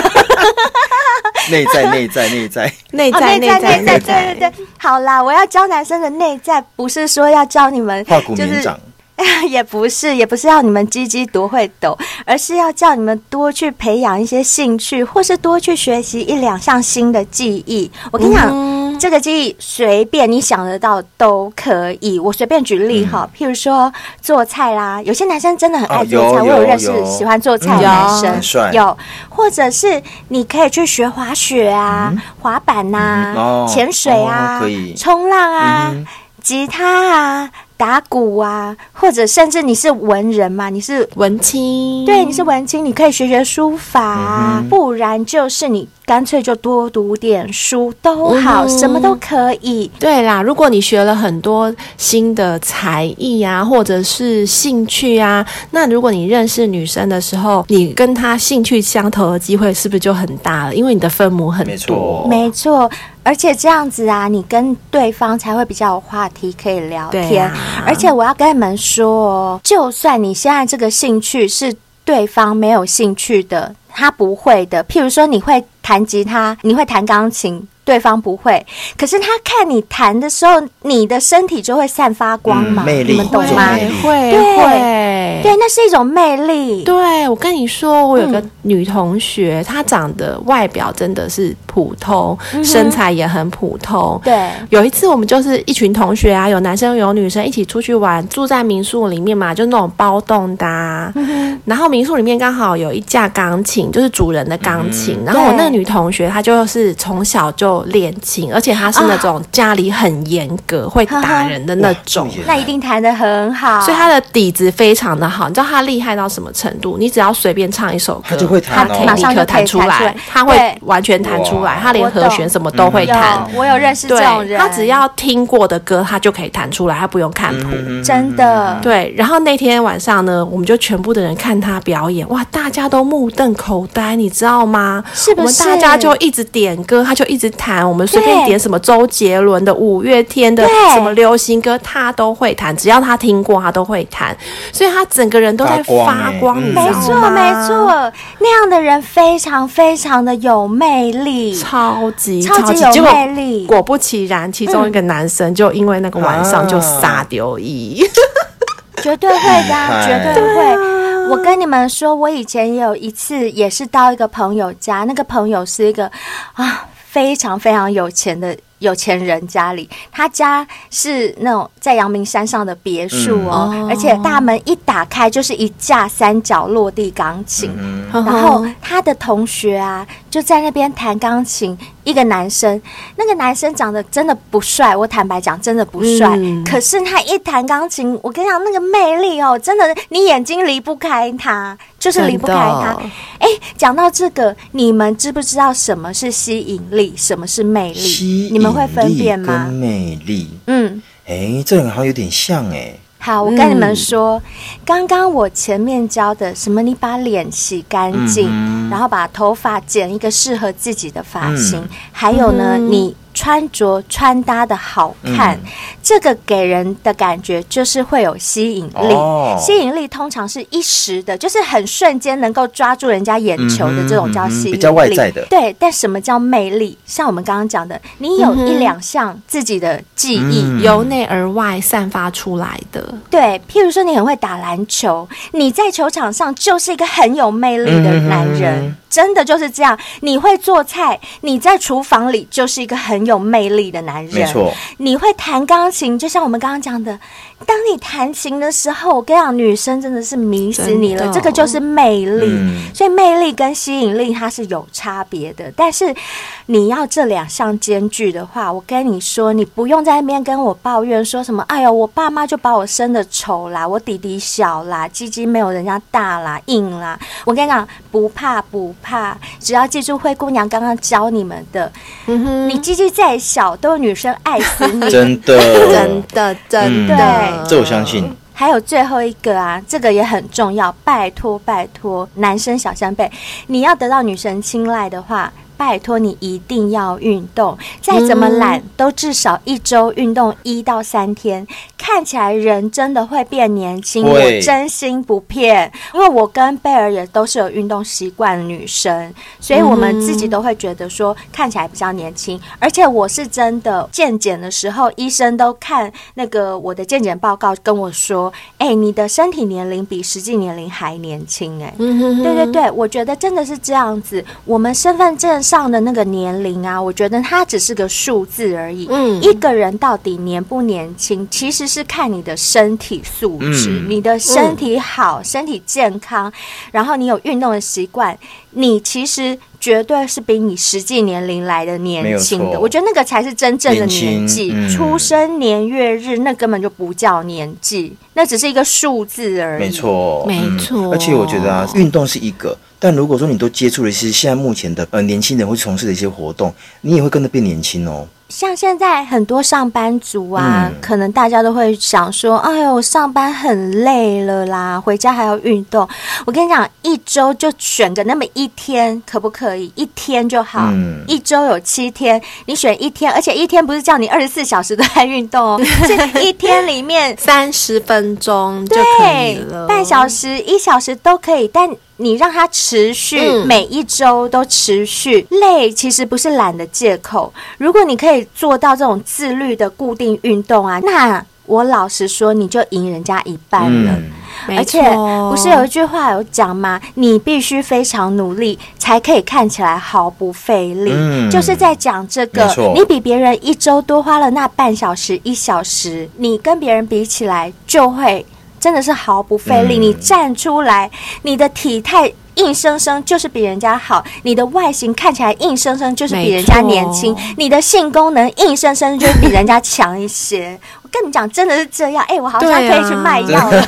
Speaker 4: 内在，内在，内在，
Speaker 2: 内
Speaker 3: 哦
Speaker 2: 在，
Speaker 3: 内在
Speaker 2: 在，
Speaker 3: 内在，
Speaker 2: 内
Speaker 3: 对对对，好啦，我要教男生的内在，不是说要教你们
Speaker 4: 化骨
Speaker 3: 就是
Speaker 4: 绵掌。
Speaker 3: 也不是，也不是要你们鸡鸡多会抖，而是要叫你们多去培养一些兴趣，或是多去学习一两项新的技艺。我跟你讲，
Speaker 2: 嗯
Speaker 3: 这个技艺随便你想得到都可以。我随便举例哈，譬如说做菜啦，有些男生真的很爱
Speaker 4: 嗯哦
Speaker 3: 做菜，
Speaker 4: 有
Speaker 3: 我有
Speaker 4: 有
Speaker 3: 认识
Speaker 4: 有嗯
Speaker 3: 喜欢做菜
Speaker 2: 有
Speaker 3: 的男生，
Speaker 4: 很帅
Speaker 3: 有，或者是你可以去学滑雪啊、滑板呐、
Speaker 4: 嗯哦
Speaker 3: 潜水啊、
Speaker 4: 哦可以
Speaker 3: 冲浪啊。
Speaker 4: 嗯
Speaker 3: 吉他啊、打鼓啊，或者甚至你是文人嘛，你是。
Speaker 2: 文青，
Speaker 3: 对，你是文青，你可以学学书法啊，不然就是你干脆就多读点书都好，
Speaker 2: 嗯
Speaker 3: 什么都可以。
Speaker 2: 对啦，如果你学了很多新的才艺啊，或者是兴趣啊，那如果你认识女生的时候，你跟她兴趣相投的机会是不是就很大了？因为你的分母很
Speaker 4: 没错
Speaker 2: 多。
Speaker 3: 没错，而且这样子啊，你跟对方才会比较有话题可以聊
Speaker 2: 对
Speaker 3: 天。
Speaker 2: 啊
Speaker 3: 而且我要跟你们说哦，就算你现在这个兴趣是对方没有兴趣的，他不会的。譬如说，你会弹吉他，你会弹钢琴。对方不会，可是他看你弹的时候，你的身体就会散发光
Speaker 4: 嗯
Speaker 3: 芒，
Speaker 4: 魅力
Speaker 3: 你们懂
Speaker 4: 这种
Speaker 3: 吗？
Speaker 4: 魅力
Speaker 2: 会会
Speaker 3: 对
Speaker 2: 会，
Speaker 3: 对，那是一种魅力。
Speaker 2: 对，我跟你说，我有个女同学，她长得外表真的是普通，身材也很普通。
Speaker 3: 嗯对
Speaker 2: 有一次我们就是一群同学啊，有男生有女生一起出去玩，住在民宿里面嘛，就那种包栋的、啊。
Speaker 3: 嗯
Speaker 2: 然后民宿里面刚好有一架钢琴，就是主人的钢琴。
Speaker 3: 嗯
Speaker 2: 然后我那个女同学她就是从小就练琴，而且她是那
Speaker 3: 啊
Speaker 2: 种家里很严格、会打人的那种。
Speaker 4: 哇
Speaker 3: 那一定弹得很好。
Speaker 2: 所以他的底子非常的好，你知道他厉害到什么程度？你只要随便唱一首歌，
Speaker 4: 他就会弹哦
Speaker 2: 他可以立刻弹出
Speaker 3: 马上
Speaker 2: 来
Speaker 3: 就可以弹出来，
Speaker 2: 他会完全弹出来
Speaker 4: 哇，
Speaker 2: 他连和
Speaker 3: 我懂
Speaker 2: 弦什么都会
Speaker 3: 有
Speaker 2: 弹。，
Speaker 3: 我有认识这
Speaker 2: 对
Speaker 3: 种，人，
Speaker 2: 他只要听过的歌，他就可以弹出来，他不用看
Speaker 4: 嗯
Speaker 2: 谱。
Speaker 3: 真的，
Speaker 2: 对，然后那天晚上呢，我们就全部的人看他表演，哇，大家都目瞪口呆，你知道吗？
Speaker 3: 是不
Speaker 2: 我们大家
Speaker 3: 是
Speaker 2: 就一直点歌，他就一直弹，我们随便
Speaker 3: 对
Speaker 2: 点什么周杰伦的、五月天的
Speaker 3: 对
Speaker 2: 什么流行歌，他都会弹，只要他听过，他都会弹，所以他整个人都在
Speaker 4: 发光
Speaker 2: 发
Speaker 4: 欸
Speaker 2: 光，哎
Speaker 4: 嗯
Speaker 2: 你知
Speaker 3: 没
Speaker 2: 道
Speaker 3: 错
Speaker 2: 吗？
Speaker 3: 没，错，那样的人非常非常的有魅力。
Speaker 2: 超级
Speaker 3: 超级
Speaker 2: 级
Speaker 3: 有
Speaker 2: 结果
Speaker 3: 魅力
Speaker 2: 果不其然，其中一个男生就因为那个晚上就撒丢一，
Speaker 3: 绝对会的啊，
Speaker 4: 厉害
Speaker 3: 绝对会。我跟你们说，我以前也有一次，也是到一个朋友家，那个朋友是一个啊非常非常有钱的有钱人家里，他家是那种在阳明山上的别墅哦，
Speaker 2: 嗯哦
Speaker 3: 而且大门一打开就是一架三角落地钢
Speaker 2: 嗯
Speaker 3: 琴，然后
Speaker 2: 哦
Speaker 3: 他的同学啊，就在那边弹钢琴，一个男生，那个男生长得真的不帅，我坦白讲，真的不帅。
Speaker 2: 嗯
Speaker 3: 可是他一弹钢琴，我跟你讲，那个魅力哦，真的，你眼睛离不开他，就是离不开他
Speaker 2: 真的。
Speaker 3: 哎，讲到这个，你们知不知道什么是吸引力，什么是魅
Speaker 4: 吸
Speaker 3: 力？
Speaker 4: 引
Speaker 3: 你们会分辨
Speaker 4: 力跟
Speaker 3: 吗？
Speaker 4: 魅力，
Speaker 3: 嗯。
Speaker 4: 哎，这两个好像有点像哎。
Speaker 3: 好，我跟你们说，刚刚我前面教的什么，你把脸洗干净，
Speaker 4: 嗯哼
Speaker 3: 然后把头发剪一个适合自己的发型，
Speaker 4: 嗯
Speaker 3: 还有呢，
Speaker 2: 嗯哼
Speaker 3: 你。穿着穿搭的好看，
Speaker 4: 嗯
Speaker 3: 这个给人的感觉就是会有吸引力。
Speaker 4: 哦
Speaker 3: 吸引力通常是一时的，就是很瞬间能够抓住人家眼球的这种叫吸
Speaker 4: 嗯哼嗯哼
Speaker 3: 引力，
Speaker 4: 比较外在的
Speaker 3: 对，但什么叫魅力？像我们刚刚讲的，你有
Speaker 2: 嗯哼
Speaker 3: 一两项自己的记忆。
Speaker 4: 嗯
Speaker 2: 由内而外散发出来的。
Speaker 3: 对，譬如说你很会打篮球，你在球场上就是一个很有魅力的男
Speaker 4: 嗯
Speaker 3: 人，
Speaker 4: 嗯
Speaker 3: 真的就是这样。你会做菜，你在厨房里就是一个很有魅力的男人，
Speaker 4: 没错。
Speaker 3: 你会弹钢琴，就像我们刚刚讲的，当你弹琴的时候，我跟你讲，女生真的是迷死你
Speaker 2: 真
Speaker 3: 了，
Speaker 2: 的
Speaker 3: 这个就是魅力。
Speaker 4: 嗯
Speaker 3: 所以魅力跟吸引力它是有差别的，但是你要这两项兼具的话，我跟你说，你不用在那边跟我抱怨说什么，哎呦，我爸妈就把我生的丑啦，我弟弟小啦，鸡鸡没有人家大啦，硬啦。我跟你讲，不怕不怕，只要记住灰姑娘刚刚教你们的，
Speaker 2: 嗯哼，
Speaker 3: 你鸡鸡再小，都有女生爱死你。
Speaker 4: 真的，嗯
Speaker 2: 真的真的，
Speaker 3: 对
Speaker 4: 这我相信。
Speaker 3: 还有最后一个啊，这个也很重要，拜托拜托，男生小扇贝，你要得到女神青睐的话。拜托你一定要运动，再怎么懒、都至少一周运动一到三天，看起来人真的会变年轻。我
Speaker 4: 会
Speaker 3: 真心不骗，因为我跟贝尔也都是有运动习惯的女生，所以我们自己都会觉得说看起来比较年轻。而且我是真的健检的时候，医生都看那个我的健检报告跟我说：“哎、你的身体年龄比实际年龄还年轻。”哎，
Speaker 2: 嗯哼哼
Speaker 3: 对对对，我觉得真的是这样子。我们身份证上的那个年龄啊，我觉得它只是个数字而已。
Speaker 2: 嗯
Speaker 3: 一个人到底年不年轻，其实是看你的身体素质，
Speaker 4: 嗯
Speaker 3: 你的身体好、身体健康，然后你有运动的习惯，你其实。绝对是比你实际年龄来的
Speaker 4: 没
Speaker 3: 年
Speaker 4: 有
Speaker 3: 轻的，
Speaker 4: 错
Speaker 3: 我觉得那个才是真正的
Speaker 4: 年轻
Speaker 3: 年纪。
Speaker 4: 嗯
Speaker 3: 出生年月日那根本就不叫年纪，那只是一个数字而已。
Speaker 4: 没错，
Speaker 2: 没
Speaker 4: 嗯
Speaker 2: 错
Speaker 4: 而且我觉得啊，运动是一个，但如果说你都接触了一些现在目前的呃年轻人会从事的一些活动，你也会跟着变年轻哦。
Speaker 3: 像现在很多上班族啊，
Speaker 4: 嗯
Speaker 3: 可能大家都会想说：“哎呦，我上班很累了啦，回家还要运动。”我跟你讲，一周就选个那么一天，可不可以？一天就好。
Speaker 4: 嗯
Speaker 3: 啊一周有七天，你选一天，而且一天不是叫你二十四小时都在运动 哦，是一天里面
Speaker 2: 三十分钟就可以
Speaker 3: 对
Speaker 2: 了，
Speaker 3: 半小时、一小时都可以，但你让它持续，
Speaker 2: 嗯
Speaker 3: 每一周都持续，累其实不是懒的借口。如果你可以做到这种自律的固定运动啊，那我老实说，你就赢人家一半了。
Speaker 4: 嗯，
Speaker 2: 没
Speaker 3: 而且
Speaker 2: 错
Speaker 3: 不是有一句话有讲吗？你必须非常努力，才可以看起来毫不费力。
Speaker 4: 嗯
Speaker 3: 就是在讲这个
Speaker 4: 没错，
Speaker 3: 你比别人一周多花了那半小时、一小时，你跟别人比起来就会真的是毫不费力。
Speaker 4: 嗯
Speaker 3: 你站出来，你的体态。硬生生就是比人家好，你的外形看起来硬生生就是比人家
Speaker 2: 没错
Speaker 3: 年轻，你的性功能硬生生就是比人家强一些。 我跟你讲，真的是这样。哎、我好像可
Speaker 2: 对啊
Speaker 3: 以去卖药了。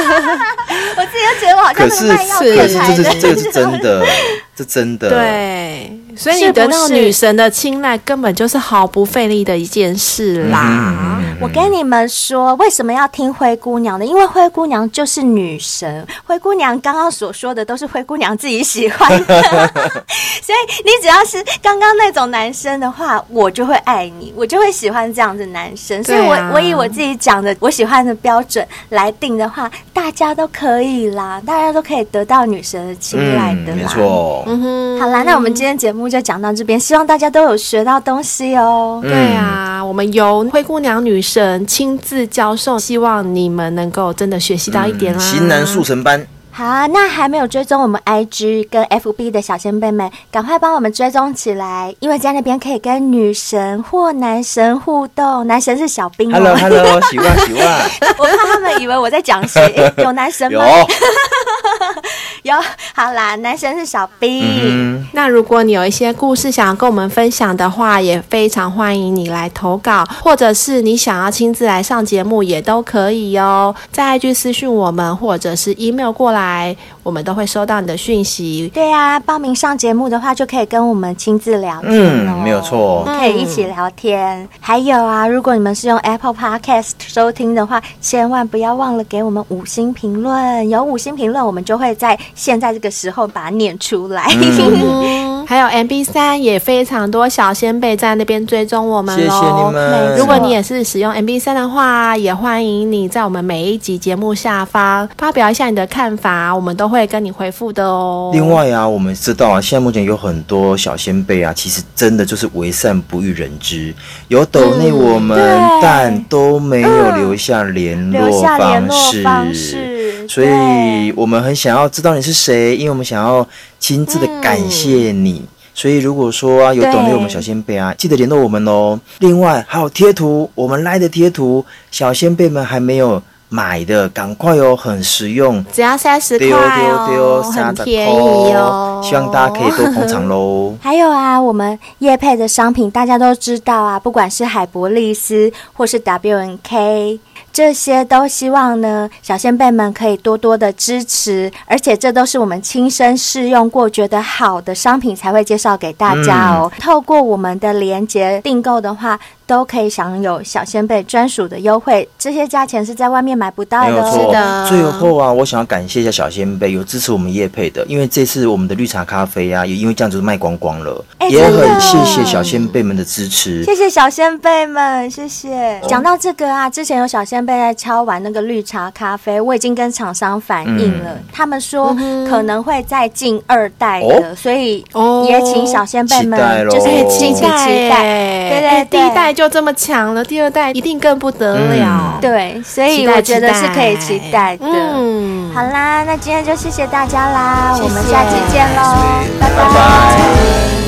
Speaker 3: 我自己都觉得我好像
Speaker 4: 可
Speaker 3: 那
Speaker 4: 是
Speaker 3: 个卖药
Speaker 2: 是
Speaker 4: 可
Speaker 3: 鬼
Speaker 4: 是
Speaker 3: 才
Speaker 4: 这
Speaker 3: 的
Speaker 4: 是这个是真 的， 这真的。，
Speaker 2: 对，所以
Speaker 3: 是
Speaker 2: 你得
Speaker 3: 不
Speaker 2: 到
Speaker 3: 是
Speaker 2: 女神的青睐，根本就是毫不费力的一件事啦。
Speaker 4: 嗯
Speaker 3: 我跟你们说，为什么要听灰姑娘呢？因为灰姑娘就是女神，灰姑娘刚刚所说的都是灰姑娘自己喜欢 的，所以你只要是刚刚那种男生的话，我就会爱你，我就会喜欢这样的男生。所以我，
Speaker 2: 对啊
Speaker 3: 我以我自己讲的我喜欢的标准来定的话，大家都可以啦，大家都可以得到女神的青睐的
Speaker 4: 嗯，没
Speaker 3: 啦。
Speaker 4: 错。
Speaker 2: 嗯哼，
Speaker 3: 好啦，那我们今天节目就讲到这边，希望大家都有学到东西哦。
Speaker 2: 对啊，我们由灰姑娘女神亲自教授，希望你们能够真的学习到一
Speaker 3: 啊
Speaker 2: 点啦。
Speaker 4: 型嗯男速成班，
Speaker 3: 好啊，那还没有追踪我们 IG 跟 FB 的小先辈们，赶快帮我们追踪起来，因为在那边可以跟女神或男神互动。男神是小兵、哦
Speaker 4: Hello Hello，喜 欢喜欢，
Speaker 3: 我怕他们以为我在讲谁，诶有男神
Speaker 4: 有
Speaker 3: 吗？，有好啦，男神是小兵。
Speaker 4: 嗯，
Speaker 2: 那如果你有一些故事想要跟我们分享的话，也非常欢迎你来投稿，或者是你想要亲自来上节目也都可以哦。在 IG 私讯我们，或者是 email 过来，我们都会收到你的讯息。
Speaker 3: 对啊，报名上节目的话，就可以跟我们亲自聊天、哦、
Speaker 4: 嗯没有错
Speaker 3: 可以一起聊天。还有啊，如果你们是用 Apple Podcast 收听的话，千万不要忘了给我们五星评论。有五星评论，我们就会在现在这个时候把它念出来。
Speaker 4: 嗯
Speaker 2: 嗯，还有 MB 三也非常多小先辈在那边追踪
Speaker 3: 哦
Speaker 2: 我们
Speaker 4: 谢谢
Speaker 2: 喽
Speaker 4: 你。们。
Speaker 2: 如果你也是使用 MB 三的话，也欢迎你在我们每一集节目下方发表一下你的看法，我们都会跟你回复的哦。
Speaker 4: 另外啊，我们知道啊，现在目前有很多小先辈啊，其实真的就是为善不欲人知，有抖内我们，
Speaker 3: 嗯对嗯
Speaker 4: 但都没有留下联
Speaker 3: 留
Speaker 4: 络
Speaker 3: 下
Speaker 4: 方
Speaker 3: 联络
Speaker 4: 式。
Speaker 3: 方式，
Speaker 4: 所以我们很想要知道你是谁，因为我们想要亲自的感谢你。所以如果说啊有
Speaker 3: 对。
Speaker 4: 懂内我们小先辈啊，记得联络我们哦。另外还有贴图，我们来的贴图，小先辈们还没有买的，赶快哦，很实用。
Speaker 2: 只要三十块
Speaker 4: 丢丢丢，
Speaker 2: 哦，
Speaker 4: 三
Speaker 2: 很
Speaker 4: 十
Speaker 2: 便宜哦
Speaker 4: 块。希望大家可以多捧场喽
Speaker 3: 还有啊，我们叶配的商品大家都知道啊，不管是海博利斯或是 W N K，这些都希望呢小先辈们可以多多的支持，而且这都是我们亲身试用过觉得好的商品才会介绍给大家哦。
Speaker 4: 嗯
Speaker 3: 透过我们的连接订购的话，都可以享有小先辈专属的优惠，这些价钱是在外面买不到
Speaker 4: 没有
Speaker 3: 的
Speaker 4: 错
Speaker 3: 哦。
Speaker 2: 是的，
Speaker 4: 最后啊，我想要感谢一下小仙贝有支持我们叶配的，因为这次我们的绿茶咖啡啊，也因为这样子卖光光了，
Speaker 3: 哎
Speaker 4: 也
Speaker 3: 真的
Speaker 4: 很谢谢小仙贝们的支持。
Speaker 3: 谢谢小先辈们，谢谢。讲到这个啊，之前有小先辈在敲完那个绿茶咖啡，我已经跟厂商反映了，他们说可能会再进二代的，
Speaker 4: 哦
Speaker 3: 所以
Speaker 2: 哦
Speaker 3: 也请小先辈
Speaker 4: 期待
Speaker 3: 们
Speaker 4: 咯
Speaker 3: 就是
Speaker 4: 哎
Speaker 3: 敬请期
Speaker 2: 耶
Speaker 3: 待。对对
Speaker 2: 哎
Speaker 3: 对，
Speaker 2: 第一代就这么强了，第二代一定更不得了。
Speaker 4: 嗯
Speaker 3: 对，所以
Speaker 2: 期待
Speaker 3: 我觉得是可以期待的。
Speaker 2: 嗯，
Speaker 3: 好啦，那今天就谢谢大家啦，
Speaker 2: 谢谢
Speaker 3: 我们下期见喽，拜
Speaker 4: 拜拜
Speaker 3: 拜